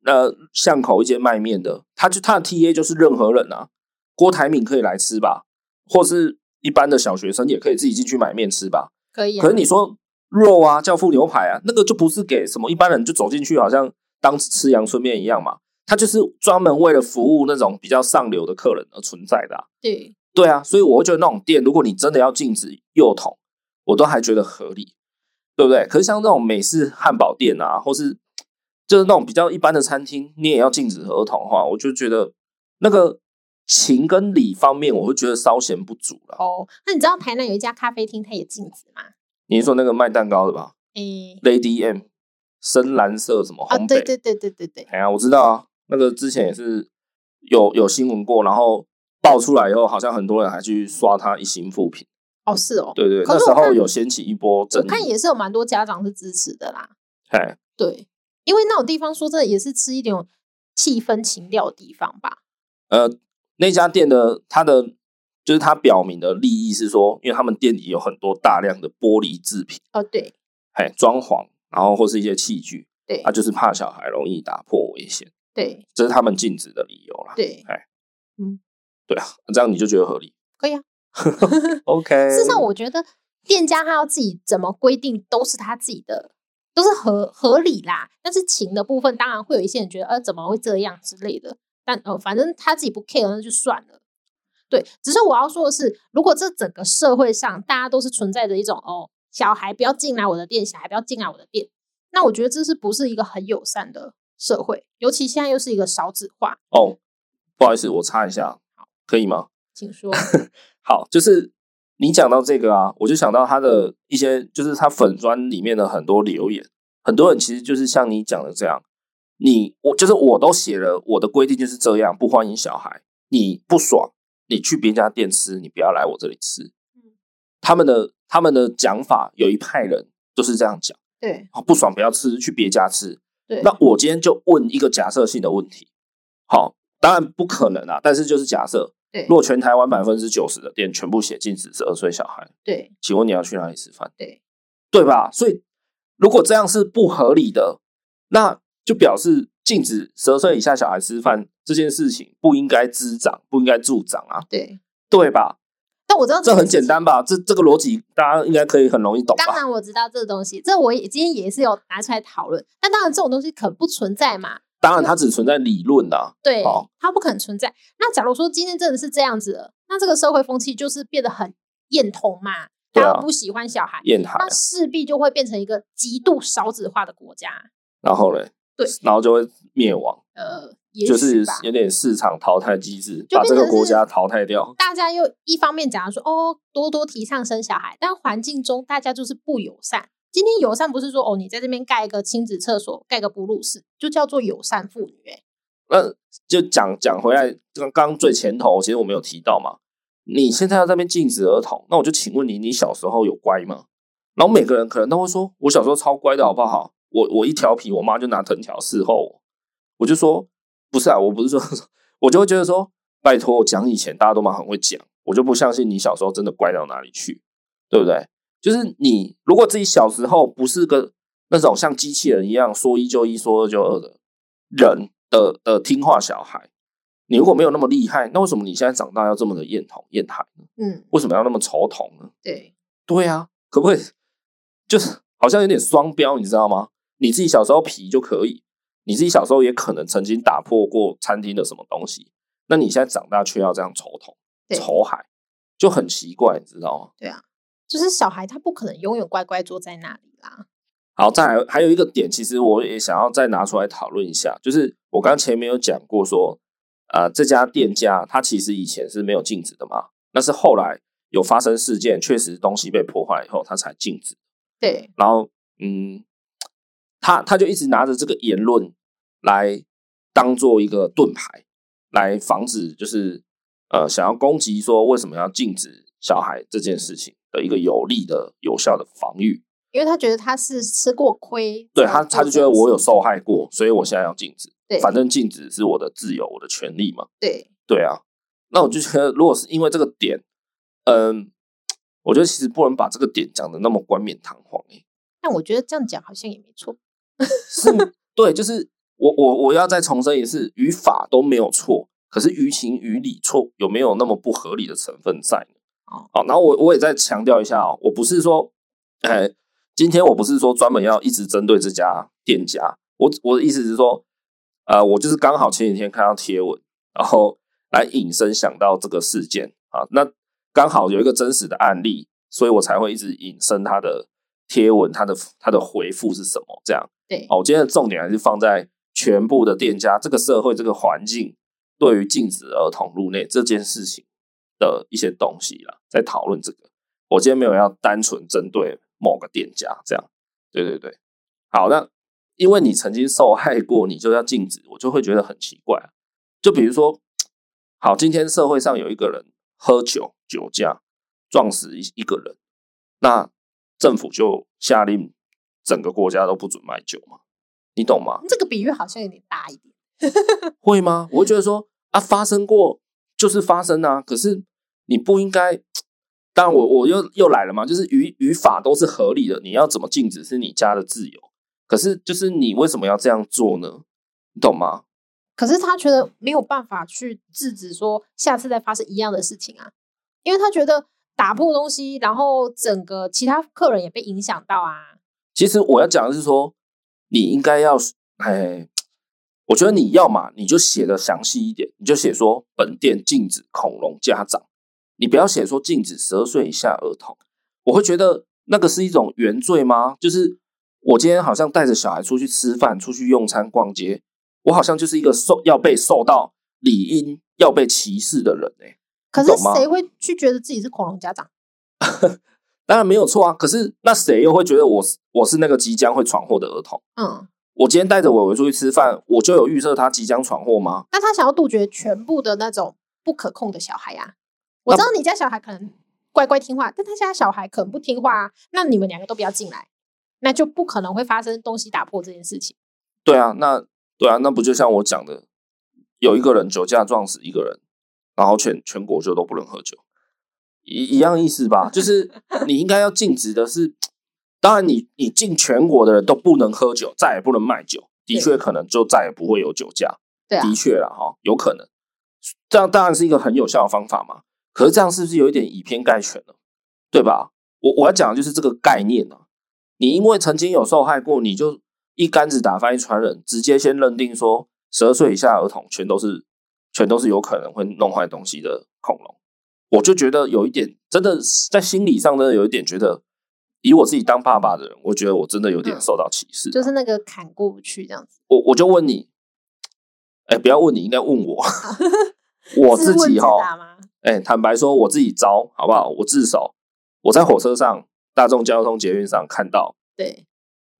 [SPEAKER 1] 呃巷口一间卖面的，他就他的 T A 就是任何人啊，郭台铭可以来吃吧，或是一般的小学生也可以自己进去买面吃吧。
[SPEAKER 2] 可以、啊。
[SPEAKER 1] 可是你说肉啊、教父牛排啊，那个就不是给什么一般人就走进去，好像当吃阳春面一样嘛。它就是专门为了服务那种比较上流的客人而存在的啊、
[SPEAKER 2] 对
[SPEAKER 1] 对啊，所以我会觉得那种店，如果你真的要禁止幼童，我都还觉得合理，对不对？可是像那种美式汉堡店啊，或是就是那种比较一般的餐厅，你也要禁止儿童的话，我就觉得那个情跟理方面，我会觉得稍显不足了。
[SPEAKER 2] 哦，那你知道台南有一家咖啡厅，它也禁止吗？
[SPEAKER 1] 你是说那个卖蛋糕的吧？
[SPEAKER 2] 诶、
[SPEAKER 1] Lady M，深蓝色什么
[SPEAKER 2] 啊，
[SPEAKER 1] 烘焙？
[SPEAKER 2] 对对对对对对，
[SPEAKER 1] 哎呀，我知道啊，那个之前也是有有新闻过，然后爆出来以后，好像很多人还去刷他一星负评。
[SPEAKER 2] 哦是哦，
[SPEAKER 1] 对对，
[SPEAKER 2] 可
[SPEAKER 1] 那
[SPEAKER 2] 是
[SPEAKER 1] 时
[SPEAKER 2] 我
[SPEAKER 1] 候
[SPEAKER 2] 看
[SPEAKER 1] 有掀起一波争
[SPEAKER 2] 我看
[SPEAKER 1] 议。
[SPEAKER 2] 也是有蛮多家长是支持的啦。
[SPEAKER 1] 哎，
[SPEAKER 2] 对，因为那种地方说真的也是吃一点气氛情调的地方吧。
[SPEAKER 1] 呃，那家店的它的就是它表明的利益是说，因为他们店里有很多大量的玻璃制品，
[SPEAKER 2] 哦，对
[SPEAKER 1] 哎，装潢，然后或是一些器具，
[SPEAKER 2] 对
[SPEAKER 1] 啊，就是怕小孩容易打破危险，
[SPEAKER 2] 对
[SPEAKER 1] 这是他们禁止的理由啦。
[SPEAKER 2] 对，
[SPEAKER 1] 对啊，这样你就觉得合理
[SPEAKER 2] 可以啊。
[SPEAKER 1] ？OK，
[SPEAKER 2] 事实上，我觉得店家他要自己怎么规定都是他自己的，都是合合理啦。但是情的部分，当然会有一些人觉得，呃，怎么会这样之类的。但呃，反正他自己不 care，那就算了。对，只是我要说的是，如果这整个社会上大家都是存在着一种哦，小孩不要进来我的店，小孩不要进来我的店，那我觉得这是不是一个很友善的社会？尤其现在又是一个少子化，
[SPEAKER 1] 哦，不好意思，我插一下，可以吗？
[SPEAKER 2] 请说。
[SPEAKER 1] 好，就是你讲到这个啊，我就想到他的一些，就是他粉砖里面的很多留言，很多人其实就是像你讲的这样，你我就是我都写了，我的规定就是这样，不欢迎小孩，你不爽，你去别家店吃，你不要来我这里吃
[SPEAKER 2] 嗯。
[SPEAKER 1] 他们的他们的讲法，有一派人就是这样讲，
[SPEAKER 2] 对
[SPEAKER 1] 哦不爽不要吃，去别家吃。
[SPEAKER 2] 对
[SPEAKER 1] 那我今天就问一个假设性的问题，好，当然不可能啊，但是就是假设，
[SPEAKER 2] 对
[SPEAKER 1] 若全台湾百分之九十的店全部写禁止十二岁小孩，
[SPEAKER 2] 对
[SPEAKER 1] 请问你要去哪里吃饭？
[SPEAKER 2] 对
[SPEAKER 1] 对吧？所以如果这样是不合理的，那就表示禁止十二岁以下小孩吃饭这件事情不应该滋长，不应该助长啊，
[SPEAKER 2] 对，
[SPEAKER 1] 对吧？
[SPEAKER 2] 但我知道
[SPEAKER 1] 这很
[SPEAKER 2] 件
[SPEAKER 1] 简
[SPEAKER 2] 事情
[SPEAKER 1] 单吧？这这个逻辑大家应该可以很容易懂
[SPEAKER 2] 当
[SPEAKER 1] 吧？
[SPEAKER 2] 然我知道这东西，这我也今天也是有拿出来讨论。但当然这种东西可不存在嘛，
[SPEAKER 1] 当然，它只存在理论啊。
[SPEAKER 2] 对
[SPEAKER 1] 好，
[SPEAKER 2] 它不可能存在。那假如说今天真的是这样子了，那这个社会风气就是变得很厌童嘛，
[SPEAKER 1] 对啊
[SPEAKER 2] 大家不喜欢小孩，
[SPEAKER 1] 厌孩啊
[SPEAKER 2] 那，势必就会变成一个极度少子化的国家。
[SPEAKER 1] 然后嘞，
[SPEAKER 2] 对，
[SPEAKER 1] 然后就会灭亡，
[SPEAKER 2] 呃，也
[SPEAKER 1] 就是
[SPEAKER 2] 许吧。
[SPEAKER 1] 有点市场淘汰机制，
[SPEAKER 2] 就
[SPEAKER 1] 把
[SPEAKER 2] 变
[SPEAKER 1] 这个
[SPEAKER 2] 成
[SPEAKER 1] 国
[SPEAKER 2] 是
[SPEAKER 1] 家淘汰掉。
[SPEAKER 2] 大家又一方面讲说哦，多多提倡生小孩，但环境中大家就是不友善。今天友善不是说哦，你在这边盖一个亲子厕所，盖个哺乳室，就叫做友善妇女、欸。
[SPEAKER 1] 那就讲讲回来，刚刚最前头，其实我们有提到嘛，你现在要在那边禁止儿童，那我就请问你，你小时候有乖吗？然后每个人可能都会说，我小时候超乖的好不好？我我一调皮，我妈就拿藤条伺候我，我就说不是啊，我不是说， 我就会觉得说，拜托，我讲以前大家都蛮很会讲，我就不相信你小时候真的乖到哪里去，对不对？就是你如果自己小时候不是个那种像机器人一样说一就一说二就二的人的的听话小孩，你如果没有那么厉害，那为什么你现在长大要这么的厌童厌孩呢？
[SPEAKER 2] 嗯，
[SPEAKER 1] 为什么要那么仇童呢？
[SPEAKER 2] 对，
[SPEAKER 1] 对啊，可不可以？就是好像有点双标，你知道吗？你自己小时候皮就可以，你自己小时候也可能曾经打破过餐厅的什么东西，那你现在长大却要这样仇童
[SPEAKER 2] 对
[SPEAKER 1] 仇海，就很奇怪，你知道吗？
[SPEAKER 2] 就是小孩他不可能永远乖乖坐在那里啦。
[SPEAKER 1] 好，再来还有一个点，其实我也想要再拿出来讨论一下，就是我刚前面有讲过说，呃，这家店家它其实以前是没有禁止的嘛，那是后来有发生事件，确实东西被破坏以后，它才禁止。
[SPEAKER 2] 对，
[SPEAKER 1] 然后，嗯，他他就一直拿着这个言论来当做一个盾牌，来防止就是呃想要攻击说为什么要禁止小孩这件事情的一个有力的、有效的防御。
[SPEAKER 2] 因为他觉得他是吃过亏，
[SPEAKER 1] 对
[SPEAKER 2] 才
[SPEAKER 1] 他，
[SPEAKER 2] 做
[SPEAKER 1] 他就
[SPEAKER 2] 这
[SPEAKER 1] 觉得
[SPEAKER 2] 件
[SPEAKER 1] 我有
[SPEAKER 2] 事
[SPEAKER 1] 受害过，所以我现在要禁止。
[SPEAKER 2] 对
[SPEAKER 1] 反正禁止是我的自由，我的权利嘛。
[SPEAKER 2] 对
[SPEAKER 1] 对啊，那我就觉得，如果是因为这个点，嗯，我觉得其实不能把这个点讲的那么冠冕堂皇、欸。
[SPEAKER 2] 但我觉得这样讲好像也没错。
[SPEAKER 1] 是，对，就是我我我要再重申一次，语法都没有错，可是于情于理错有没有那么不合理的成分在呢？
[SPEAKER 2] 哦
[SPEAKER 1] 好，然后我我也再强调一下哦，我不是说，哎，今天我不是说专门要一直针对这家店家，我我的意思是说，呃，我就是刚好前几天看到贴文，然后来引申想到这个事件啊，那刚好有一个真实的案例，所以我才会一直引申他的贴文，他的他的回复是什么这样。
[SPEAKER 2] 对，
[SPEAKER 1] 哦，我今天的重点还是放在全部的店家、这个社会、这个环境对于禁止儿童入内这件事情的一些东西啦，在讨论这个。我今天没有要单纯针对某个店家这样，对对对。好，那因为你曾经受害过，你就要禁止，我就会觉得很奇怪啊、就比如说，好，今天社会上有一个人喝酒酒驾撞死一一个人，那政府就下令整个国家都不准卖酒嘛，你懂吗？
[SPEAKER 2] 这个比喻好像有点大一点。
[SPEAKER 1] 会吗？我会觉得说啊，发生过就是发生啊，可是你不应该。当然我，我又又来了嘛，就是语语法都是合理的，你要怎么禁止是你家的自由，可是就是你为什么要这样做呢？你懂吗？
[SPEAKER 2] 可是他觉得没有办法去制止说下次再发生一样的事情啊，因为他觉得打破东西，然后整个其他客人也被影响到啊。
[SPEAKER 1] 其实我要讲的是说，你应该要，哎，我觉得你要嘛，你就写的详细一点，你就写说本店禁止恐龙家长，你不要写说禁止十二岁以下儿童，我会觉得那个是一种原罪吗？就是我今天好像带着小孩出去吃饭、出去用餐、逛街，我好像就是一个受要被受到理应要被歧视的人哎、
[SPEAKER 2] 可是
[SPEAKER 1] 懂吗
[SPEAKER 2] 谁会去觉得自己是恐龙家长？
[SPEAKER 1] 当然没有错啊，可是那谁又会觉得我是我是那个即将会闯祸的儿童？
[SPEAKER 2] 嗯，
[SPEAKER 1] 我今天带着伟伟出去吃饭，我就有预设他即将闯祸吗？
[SPEAKER 2] 那他想要杜绝全部的那种不可控的小孩啊。我知道你家小孩可能乖乖听话，但他家小孩可能不听话啊。那你们两个都不要进来，那就不可能会发生东西打破这件事情。
[SPEAKER 1] 对啊，那对啊，那不就像我讲的，有一个人酒驾撞死一个人，然后全全国就都不能喝酒，一一样意思吧？就是你应该要禁止的是，当然你你禁全国的人都不能喝酒，再也不能卖酒，的确可能就再也不会有酒驾，
[SPEAKER 2] 对啊，
[SPEAKER 1] 的确了哈，有可能。这样当然是一个很有效的方法嘛，可是这样是不是有一点以偏概全了，对吧？我我要讲的就是这个概念啊。你因为曾经有受害过，你就一竿子打翻一船人，直接先认定说十二岁以下儿童全都是全都是有可能会弄坏东西的恐龙，我就觉得有一点，真的在心理上真的有一点觉得，以我自己当爸爸的人，我觉得我真的有点
[SPEAKER 2] 嗯
[SPEAKER 1] 受到歧视啊、
[SPEAKER 2] 就是那个坎过不去这样子。
[SPEAKER 1] 我我就问你，哎、不要问你，应该问 我，我自己
[SPEAKER 2] 哈、
[SPEAKER 1] 哈，哎、坦白说，我自己招好不好？我自首。我在火车上、大众交通、捷运上看到，
[SPEAKER 2] 对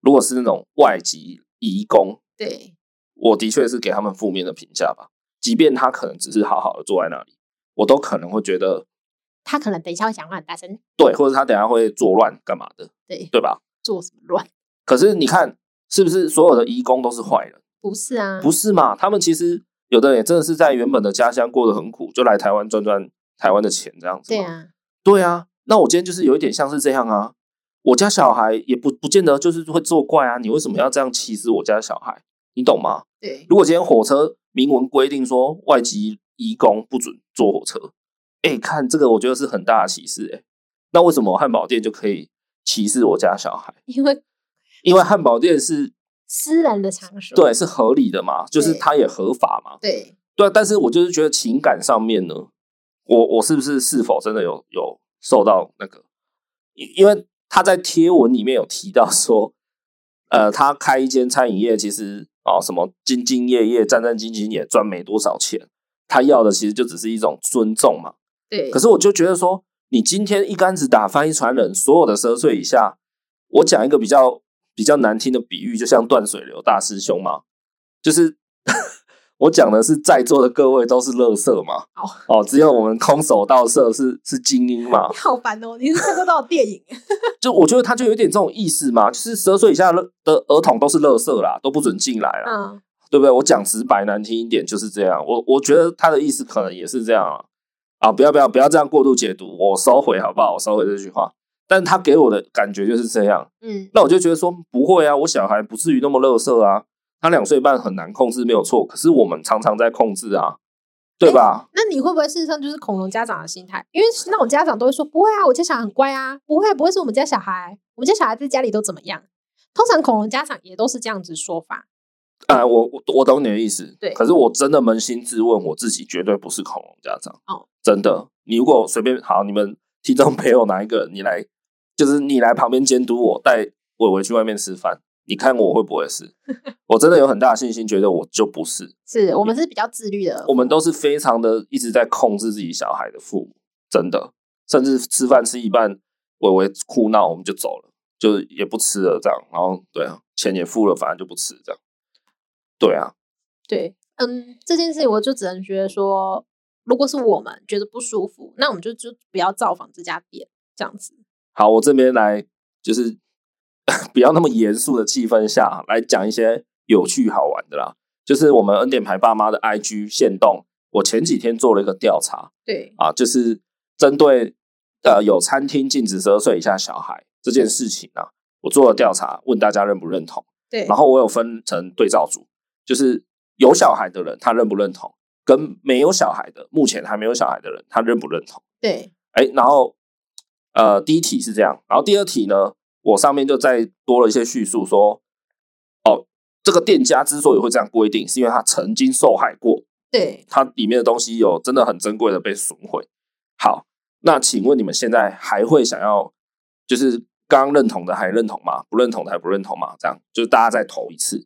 [SPEAKER 1] 如果是那种外籍移工，
[SPEAKER 2] 对，
[SPEAKER 1] 我的确是给他们负面的评价吧。即便他可能只是好好的坐在那里，我都可能会觉得
[SPEAKER 2] 他可能等一下会讲话很大声，
[SPEAKER 1] 对，或者他等一下会作乱干嘛的，
[SPEAKER 2] 对，
[SPEAKER 1] 对吧？
[SPEAKER 2] 做什么乱？
[SPEAKER 1] 可是你看，是不是所有的移工都是坏人？
[SPEAKER 2] 不是啊，
[SPEAKER 1] 不是嘛？他们其实有的人也真的是在原本的家乡过得很苦，就来台湾赚赚台湾的钱这样子。
[SPEAKER 2] 对，啊，
[SPEAKER 1] 对啊。那我今天就是有一点像是这样啊，我家小孩也不不见得就是会作怪啊，你为什么要这样歧视我家小孩？你懂吗？
[SPEAKER 2] 对
[SPEAKER 1] 如果今天火车明文规定说外籍移工不准坐火车，哎、看这个我觉得是很大的歧视哎、那为什么汉堡店就可以歧视我家小孩？
[SPEAKER 2] 因为
[SPEAKER 1] 因为汉堡店是
[SPEAKER 2] 私人的场所，
[SPEAKER 1] 对是合理的嘛，就是
[SPEAKER 2] 对
[SPEAKER 1] 它也合法嘛。
[SPEAKER 2] 对
[SPEAKER 1] 对啊，但是我就是觉得情感上面呢，我我是不是是否真的有有受到那个？因因为他在贴文里面有提到说，呃，他开一间餐饮业，其实哦什么兢兢业业、战战兢兢也赚没多少钱，他要的其实就只是一种尊重嘛。
[SPEAKER 2] 对，
[SPEAKER 1] 可是我就觉得说，你今天一竿子打翻一船人，所有的十二岁以下，我讲一个比较比较难听的比喻，就像断水流大师兄嘛，就是 我讲的是在座的各位都是垃圾嘛，
[SPEAKER 2] 哦
[SPEAKER 1] 哦，只有我们空手道社是是精英嘛
[SPEAKER 2] 你，好烦哦，你是看过多少电影？
[SPEAKER 1] 就我觉得他就有点这种意思嘛，就是十二岁以下的的儿童都是垃圾啦，都不准进来啦。
[SPEAKER 2] 嗯，
[SPEAKER 1] 对不对？我讲直白难听一点就是这样。我我觉得他的意思可能也是这样啊。啊，不要不要不要这样过度解读，我收回好不好？我收回这句话。但他给我的感觉就是这样，
[SPEAKER 2] 嗯，
[SPEAKER 1] 那我就觉得说不会啊，我小孩不至于那么乐色啊。他两岁半很难控制，没有错。可是我们常常在控制啊，对吧？
[SPEAKER 2] 那你会不会事实上就是恐龙家长的心态？因为那种家长都会说不会啊，我家小孩很乖啊，不会不会是我们家小孩，我们家小孩在家里都怎么样？通常恐龙家长也都是这样子说法，
[SPEAKER 1] 啊、我我我懂你的意思。
[SPEAKER 2] 对
[SPEAKER 1] 可是我真的扪心自问，我自己绝对不是恐龙家长。
[SPEAKER 2] 哦，
[SPEAKER 1] 真的。你如果随便好，你们听众朋友哪一个，你来，就是你来旁边监督我，带伟伟去外面吃饭，你看我会不会是？我真的有很大的信心，觉得我就不是。
[SPEAKER 2] 是我们是比较自律的，
[SPEAKER 1] 我们都是非常的一直在控制自己小孩的父母，真的，甚至吃饭吃一半，伟伟哭闹，我们就走了，就也不吃了这样。然后对啊，钱也付了，反正就不吃这样。对啊，
[SPEAKER 2] 对，嗯，这件事情我就只能觉得说，如果是我们觉得不舒服，那我们就就不要造访这家店，这样子。
[SPEAKER 1] 好，我这边来就是 不要那么严肃的气氛下来讲一些有趣好玩的啦。就是我们恩典牌爸妈的 IG 限动，我前几天做了一个调查
[SPEAKER 2] 对，
[SPEAKER 1] 啊，就是针对呃有餐厅禁止十二岁以下小孩这件事情啊，我做了调查，问大家认不认同。
[SPEAKER 2] 对，
[SPEAKER 1] 然后我有分成对照组，就是有小孩的人他认不认同，跟没有小孩的，目前还没有小孩的人他认不认同。
[SPEAKER 2] 对，
[SPEAKER 1] 哎，然后呃，第一题是这样，然后第二题呢，我上面就再多了一些叙述说，哦，这个店家之所以会这样规定，是因为他曾经受害过，
[SPEAKER 2] 对，
[SPEAKER 1] 它里面的东西有真的很珍贵的被损毁。好，那请问你们现在还会想要，就是刚认同的还认同吗？不认同的还不认同吗？这样就是大家再投一次，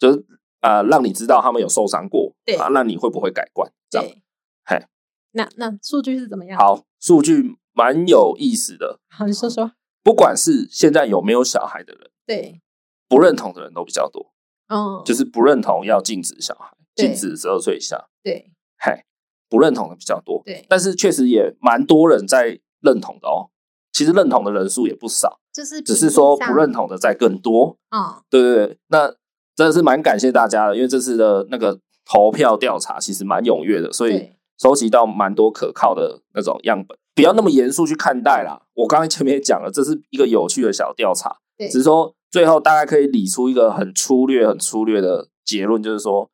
[SPEAKER 1] 就是呃，让你知道他们有受伤过，
[SPEAKER 2] 对
[SPEAKER 1] 啊，那你会不会改观？这样
[SPEAKER 2] 对，
[SPEAKER 1] 嘿，
[SPEAKER 2] 那那数据是怎么样？，
[SPEAKER 1] 好，数据蛮有意思的，
[SPEAKER 2] 好，你说说。
[SPEAKER 1] 不管是现在有没有小孩的人，
[SPEAKER 2] 对，
[SPEAKER 1] 不认同的人都比较多，
[SPEAKER 2] 嗯，
[SPEAKER 1] 就是不认同要禁止小孩，
[SPEAKER 2] 对
[SPEAKER 1] 禁止十二岁以下，
[SPEAKER 2] 对
[SPEAKER 1] 嘿，不认同的比较多。
[SPEAKER 2] 对，
[SPEAKER 1] 但是确实也蛮多人在认同的哦，其实认同的人数也不少，
[SPEAKER 2] 就是
[SPEAKER 1] 只是说
[SPEAKER 2] 比例
[SPEAKER 1] 不
[SPEAKER 2] 上
[SPEAKER 1] 认。同的在更多。
[SPEAKER 2] 嗯，
[SPEAKER 1] 对对对，那真的是蛮感谢大家的，因为这次的那个投票调查其实蛮踊跃的，所以
[SPEAKER 2] 对，
[SPEAKER 1] 收集到蛮多可靠的那种样本。不要那么严肃去看待啦，我刚才前面也讲了，这是一个有趣的小调查。
[SPEAKER 2] 对
[SPEAKER 1] 只是说最后大概可以理出一个很粗略、很粗略的结论，就是说，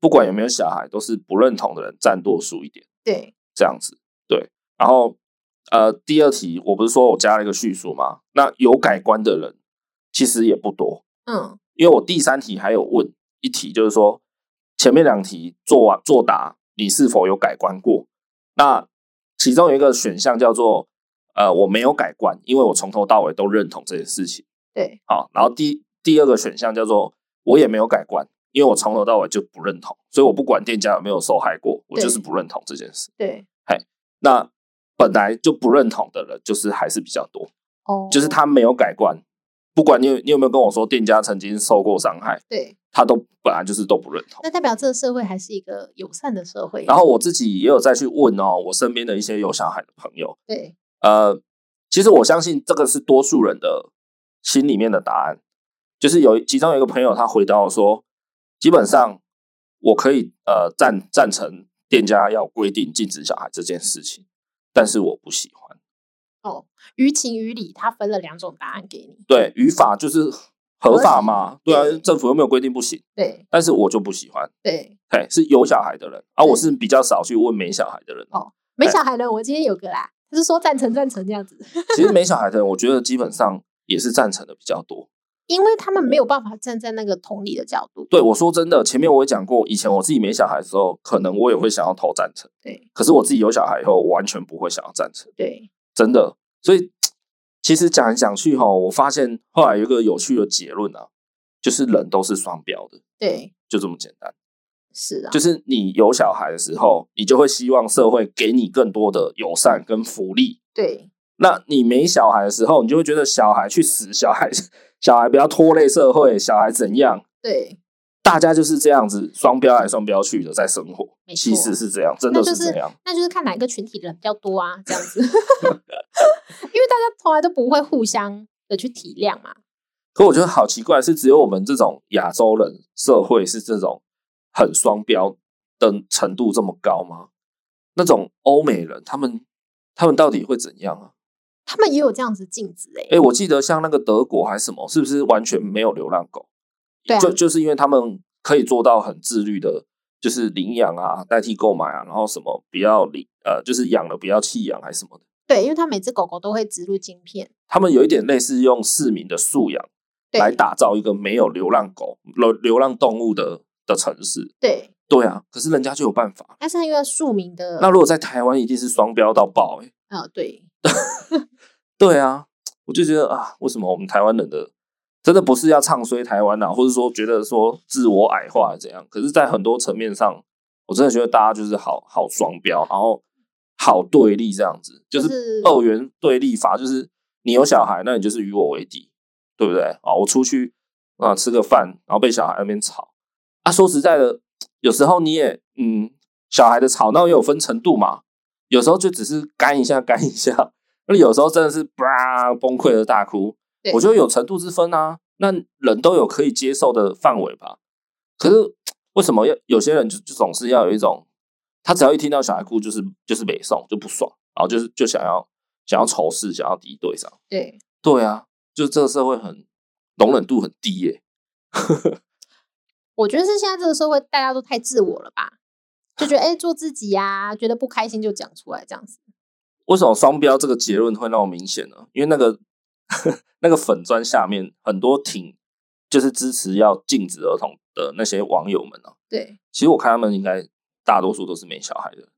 [SPEAKER 1] 不管有没有小孩，都是不认同的人占多数一点，
[SPEAKER 2] 对，
[SPEAKER 1] 这样子。对，然后呃，第二题我不是说我加了一个叙述吗？那有改观的人其实也不多，
[SPEAKER 2] 嗯，
[SPEAKER 1] 因为我第三题还有问一题，就是说前面两题做完作答，你是否有改观过？那其中有一个选项叫做呃我没有改观，因为我从头到尾都认同这件事情。
[SPEAKER 2] 对，
[SPEAKER 1] 好，然后第第二个选项叫做我也没有改观，因为我从头到尾就不认同，所以我不管店家有没有受害过，我
[SPEAKER 2] 对
[SPEAKER 1] 就是不认同这件事。
[SPEAKER 2] 对，
[SPEAKER 1] 那本来就不认同的人，就是还是比较多，
[SPEAKER 2] 哦，
[SPEAKER 1] 就是他没有改观，不管你有你有没有跟我说店家曾经受过伤害，
[SPEAKER 2] 对，
[SPEAKER 1] 他都本来就是都不认同。
[SPEAKER 2] 那代表这个社会还是一个友善的社会。
[SPEAKER 1] 然后我自己也有再去问哦，我身边的一些有小孩的朋友，
[SPEAKER 2] 对，
[SPEAKER 1] 呃，其实我相信这个是多数人的心里面的答案，就是有其中有一个朋友他回答我说，基本上我可以呃赞赞成店家要规定禁止小孩这件事情，但是我不喜欢。
[SPEAKER 2] 哦，于情于理，他分了两种答案给你。
[SPEAKER 1] 对，语法就是合法嘛，对
[SPEAKER 2] 对
[SPEAKER 1] 啊，政府又没有规定不行，
[SPEAKER 2] 对
[SPEAKER 1] 但是我就不喜欢。
[SPEAKER 2] 对，
[SPEAKER 1] 嘿，是有小孩的人，啊，我是比较少去问没小孩的人。
[SPEAKER 2] 哦没
[SPEAKER 1] 哎
[SPEAKER 2] 小孩的我今天有个啦，他是说赞成赞成这样子，
[SPEAKER 1] 其实没小孩的人，我觉得基本上也是赞成的比较多。
[SPEAKER 2] 因为他们没有办法站在那个同理的角度。
[SPEAKER 1] 对，我说真的，前面我也讲过，以前我自己没小孩的时候，可能我也会想要投赞成。
[SPEAKER 2] 对
[SPEAKER 1] 可是我自己有小孩以后，我完全不会想要赞成，
[SPEAKER 2] 对
[SPEAKER 1] 真的。所以其实讲来讲去哈，我发现后来有一个有趣的结论啊，就是人都是双标的，
[SPEAKER 2] 对，
[SPEAKER 1] 就这么简单。
[SPEAKER 2] 是啊
[SPEAKER 1] 就，是你有小孩的时候，你就会希望社会给你更多的友善跟福利。
[SPEAKER 2] 对
[SPEAKER 1] 那你没小孩的时候，你就会觉得小孩去死，小孩 小孩不要拖累社会，小孩怎样？
[SPEAKER 2] 对，
[SPEAKER 1] 大家就是这样子双标来双标去的在生活，
[SPEAKER 2] 没错
[SPEAKER 1] 其实是这样，真的
[SPEAKER 2] 那就是是
[SPEAKER 1] 这样。
[SPEAKER 2] 那就是看哪一个群体人比较多啊，这 样子，因 为大家从来都不会互相的去体谅嘛。
[SPEAKER 1] 可我觉得好奇怪，是只有我们这种亚洲人社会是这种很双标的程度这么高吗？那种欧美人，他们他们到底会怎样啊？
[SPEAKER 2] 他们也有这样子镜子哎、
[SPEAKER 1] 哎、我记得像那个德国还是什么，是不是完全没有流浪狗？
[SPEAKER 2] 对啊
[SPEAKER 1] 就就是因为他们可以做到很自律的，就是领养啊、代替购买啊，然后什么不要领呃，就是养了不要弃养还是什么的。
[SPEAKER 2] 对，因为他每只狗狗都会植入晶片，
[SPEAKER 1] 他们有一点类似用市民的素养
[SPEAKER 2] 对
[SPEAKER 1] 来打造一个没有流浪狗、流流浪动物的的城市。
[SPEAKER 2] 对，
[SPEAKER 1] 对啊，可是人家就有办法。
[SPEAKER 2] 但是因为庶民的
[SPEAKER 1] 那如果在台湾，一定是双标到爆、欸。
[SPEAKER 2] 呃对
[SPEAKER 1] 对啊，我就觉得啊，为什么我们台湾人的真的不是要唱衰台湾啊，或者说觉得说自我矮化怎样？可是，在很多层面上，我真的觉得大家就是好好双标，然后好对立这样子，就
[SPEAKER 2] 就
[SPEAKER 1] 是
[SPEAKER 2] 是
[SPEAKER 1] 二元对立法，就是你有小孩，那你就是与我为敌，对不对啊？我出去啊吃个饭，然后被小孩那边吵啊。说实在的，有时候你也嗯，小孩的吵闹也有分程度嘛，有时候就只是干一下干一下，那有时候真的是吧崩溃的大哭。
[SPEAKER 2] 对，
[SPEAKER 1] 我觉得有程度之分啊，那人都有可以接受的范围吧。可是为什么要有些人就就总是要有一种，他只要一听到小孩哭就是就是北宋就不爽，然后就是就想要想要仇视，想要敌对上。
[SPEAKER 2] 对，
[SPEAKER 1] 对啊，就这个社会很容忍度很低耶、
[SPEAKER 2] 我觉得是现在这个社会大家都太自我了吧，就觉得哎、做自己呀、觉得不开心就讲出来这样子。
[SPEAKER 1] 为什么双标这个结论会那么明显呢？因为那个 那个粉砖下面很多挺就是支持要禁止儿童的那些网友们啊，
[SPEAKER 2] 对
[SPEAKER 1] 其实我看他们应该大多数都是没小孩的。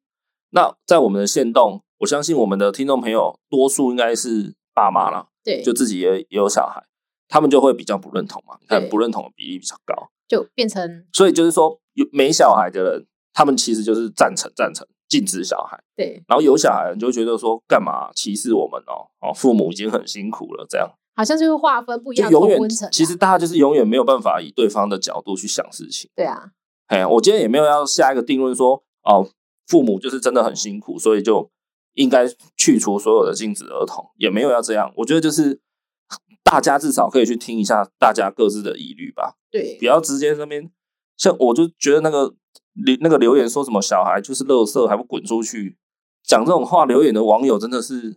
[SPEAKER 1] 那在我们的县动，我相信我们的听众朋友多数应该是爸妈啦，
[SPEAKER 2] 对，
[SPEAKER 1] 就自己也也有小孩，他们就会比较不认同嘛。你看
[SPEAKER 2] 对
[SPEAKER 1] 不认同的比例比较高，
[SPEAKER 2] 就变成
[SPEAKER 1] 所以就是说有没小孩的人，他们其实就是赞成赞成禁止小孩，
[SPEAKER 2] 对，
[SPEAKER 1] 然后有小孩的人就会觉得说干嘛歧视我们哦哦，父母已经很辛苦了，这样
[SPEAKER 2] 好像就会划分不一
[SPEAKER 1] 就
[SPEAKER 2] 样的
[SPEAKER 1] 永远
[SPEAKER 2] 温层啊。
[SPEAKER 1] 其实大家就是永远没有办法以对方的角度去想事情。
[SPEAKER 2] 对啊，
[SPEAKER 1] 哎，我今天也没有要下一个定论说，哦，父母就是真的很辛苦，所以就应该去除所有的禁止儿童，也没有要这样。我觉得就是大家至少可以去听一下大家各自的疑虑吧，
[SPEAKER 2] 对
[SPEAKER 1] 不要直接那边像我就觉得那个留那个留言说什么小孩就是垃圾，还不滚出去，讲这种话留言的网友真的是，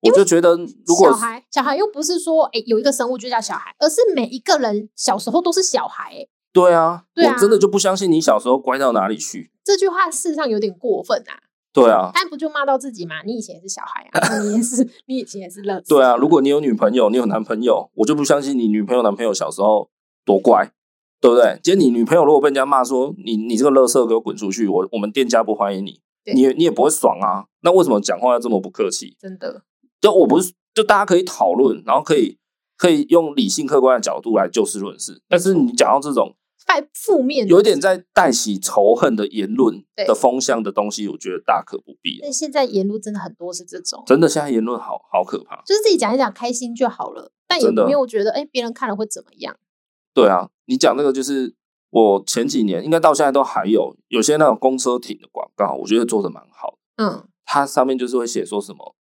[SPEAKER 1] 我就觉得如果
[SPEAKER 2] 小孩小孩又不是说哎、有一个生物就叫小孩，而是每一个人小时候都是小孩、哎，
[SPEAKER 1] 对啊，
[SPEAKER 2] 对啊
[SPEAKER 1] 我真的就不相信你小时候乖到哪里去。
[SPEAKER 2] 这句话事实上有点过分啊。
[SPEAKER 1] 对啊，
[SPEAKER 2] 他不就骂到自己嘛？你以前也是小孩啊，你 也是，你以前也是乐。
[SPEAKER 1] 对啊，如果你有女朋友，你有男朋友，我就不相信你女朋友男朋友小时候多乖，对不对？今天你女朋友如果被人家骂说你你这个垃圾给我滚出去，我我们店家不欢迎你，
[SPEAKER 2] 对
[SPEAKER 1] 你也你也不会爽啊。那为什么讲话要这么不客气？
[SPEAKER 2] 真的，
[SPEAKER 1] 就我不是，就大家可以讨论，然后可以可以用理性客观的角度来就事论事。但是你讲到这种
[SPEAKER 2] 太负面的
[SPEAKER 1] 有一点在带起仇恨的言论
[SPEAKER 2] 嗯对
[SPEAKER 1] 的风向的东西，我觉得大可不必了。啊
[SPEAKER 2] 但现在沿路真的很多是这种，
[SPEAKER 1] 真的，现在言论好好可怕。
[SPEAKER 2] 就是自己讲一讲开心就好了，但也
[SPEAKER 1] 真的
[SPEAKER 2] 没有觉得哎别人看了会怎么样。
[SPEAKER 1] 对啊，你讲这个就是我前几年应该到现在都还有有些那种公车亭的广告，我觉得做的蛮好的。
[SPEAKER 2] 嗯，
[SPEAKER 1] 它上面就是会写说什么，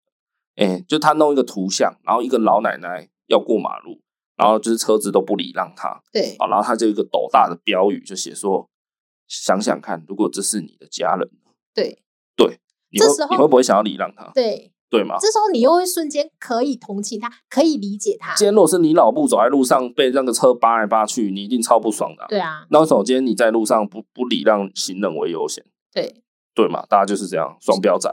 [SPEAKER 1] 哎、就他弄一个图像，然后一个老奶奶要过马路，然后就是车子都不礼让她，
[SPEAKER 2] 对，
[SPEAKER 1] 啊，然后他就有一个斗大的标语，就写说，想想看，如果这是你的家人，
[SPEAKER 2] 对，
[SPEAKER 1] 你会
[SPEAKER 2] 这时候
[SPEAKER 1] 你会不会想要礼让他？
[SPEAKER 2] 对，
[SPEAKER 1] 对吗？
[SPEAKER 2] 这时候你又会瞬间可以同情他，可以理解他。
[SPEAKER 1] 今天如果是你老布走在路上被那个车扒来扒去，你一定超不爽的、啊。
[SPEAKER 2] 对啊，
[SPEAKER 1] 那为什么今天你在路上不不礼让行人为优先？
[SPEAKER 2] 对，
[SPEAKER 1] 对嘛？大家就是这样双标仔。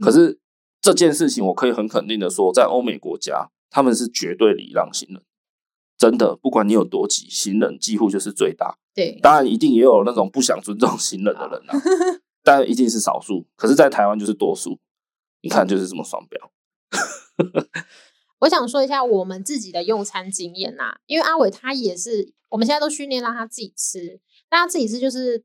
[SPEAKER 1] 可是这件事情，我可以很肯定的说，在欧美国家，他们是绝对礼让行人，真的，不管你有多急，行人几乎就是最大。
[SPEAKER 2] 对，
[SPEAKER 1] 当然，一定也有那种不想尊重行人的人啊，但一定是少数。可是，在台湾就是多数。你看，就是这么双标。
[SPEAKER 2] 我想说一下我们自己的用餐经验呐、因为阿伟他也是，我们现在都训练让他自己吃，那他自己吃就是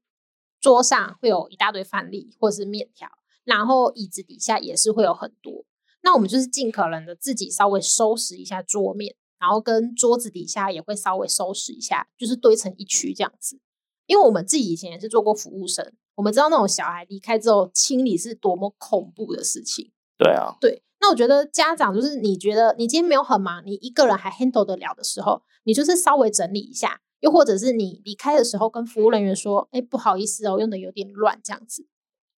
[SPEAKER 2] 桌上会有一大堆饭粒或者是面条，然后椅子底下也是会有很多。那我们就是尽可能的自己稍微收拾一下桌面，然后跟桌子底下也会稍微收拾一下，就是堆成一区这样子。因为我们自己以前也是做过服务生，我们知道那种小孩离开之后清理是多么恐怖的事情。
[SPEAKER 1] 对啊，
[SPEAKER 2] 对，那我觉得家长就是你觉得你今天没有很忙，你一个人还 handle 得了的时候，你就是稍微整理一下，又或者是你离开的时候跟服务人员说，哎，不好意思哦，用的有点乱这样子。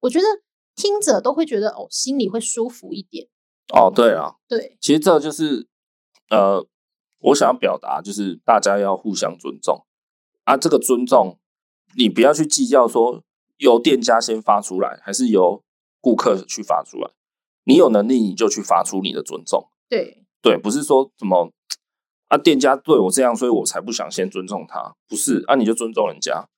[SPEAKER 2] 我觉得听者都会觉得哦，心里会舒服一点。
[SPEAKER 1] 哦，对啊，
[SPEAKER 2] 对，
[SPEAKER 1] 其实这就是呃，我想要表达就是大家要互相尊重啊。这个尊重，你不要去计较说由店家先发出来，还是由顾客去发出来。你有能力你就去发出你的尊重，
[SPEAKER 2] 对，
[SPEAKER 1] 对，不是说怎么啊店家对我这样，所以我才不想先尊重他，不是啊，你就尊重人家。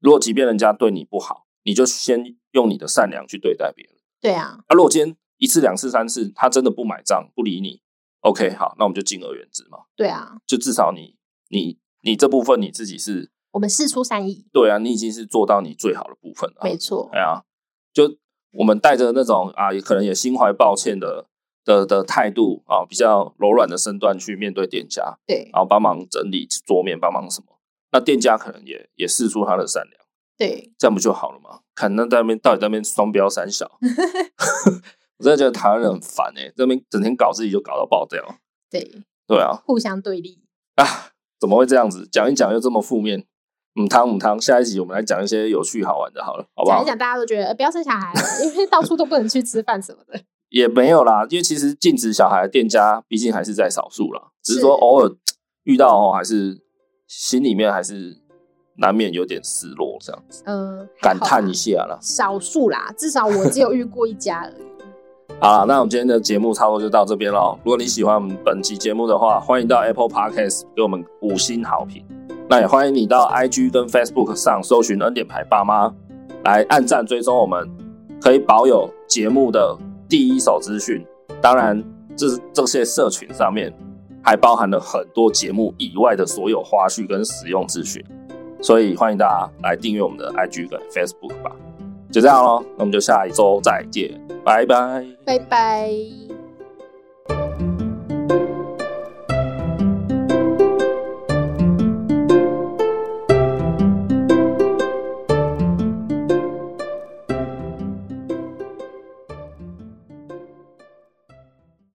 [SPEAKER 1] 如果即便人家对你不好，你就先用你的善良去对待别人。
[SPEAKER 2] 对啊，
[SPEAKER 1] 啊，如果今天一次、两次、三次，他真的不买账、不理你，OK，好，那我们就敬而远之嘛。
[SPEAKER 2] 对啊，
[SPEAKER 1] 就至少你、你、你这部分你自己是
[SPEAKER 2] 我们事出善意，
[SPEAKER 1] 对啊，你已经是做到你最好的部分了。
[SPEAKER 2] 没错
[SPEAKER 1] 哎。呀，就我们带着那种啊，也可能也心怀抱歉的的的态度啊，比较柔软的身段去面对店家，
[SPEAKER 2] 对
[SPEAKER 1] 然后帮忙整理桌面，帮忙什么，那店家可能也也试出他的善良。
[SPEAKER 2] 对，
[SPEAKER 1] 这样不就好了吗？看那在那边到底在那边双标三小， 我真的觉得台湾人很烦哎、欸，这边整天搞自己就搞到爆掉。
[SPEAKER 2] 对，
[SPEAKER 1] 对啊，
[SPEAKER 2] 互相对立。
[SPEAKER 1] 啊，怎么会这样子？讲一讲又这么负面，母汤母汤。下一集我们来讲一些有趣好玩的，好了，好不
[SPEAKER 2] 讲
[SPEAKER 1] 好
[SPEAKER 2] 一？讲，大家都觉得、呃不要生小孩了，因为到处都不能去吃饭什么的。
[SPEAKER 1] 也没有啦，因为其实禁止小孩的店家毕竟还是在少数啦，只是说
[SPEAKER 2] 是
[SPEAKER 1] 偶尔遇到哦，还是心里面还是难免有点失落，这样子
[SPEAKER 2] 嗯、
[SPEAKER 1] 感叹一
[SPEAKER 2] 下。
[SPEAKER 1] 下啦。
[SPEAKER 2] 少数啦，至少我只有遇过一家而已。
[SPEAKER 1] 好啦，那我们今天的节目差不多就到这边喽。如果你喜欢我们本期节目的话，欢迎到 Apple Podcast 给我们五星好评。那也欢迎你到 IG 跟 Facebook 上搜寻“恩典牌爸妈”来按赞追踪我们，可以保有节目的第一手资讯。当然，这这些社群上面还包含了很多节目以外的所有花絮跟使用资讯，所以欢迎大家来订阅我们的 IG 跟 Facebook 吧。就这样喽，那我们就下一周再见，拜拜。
[SPEAKER 2] 拜拜。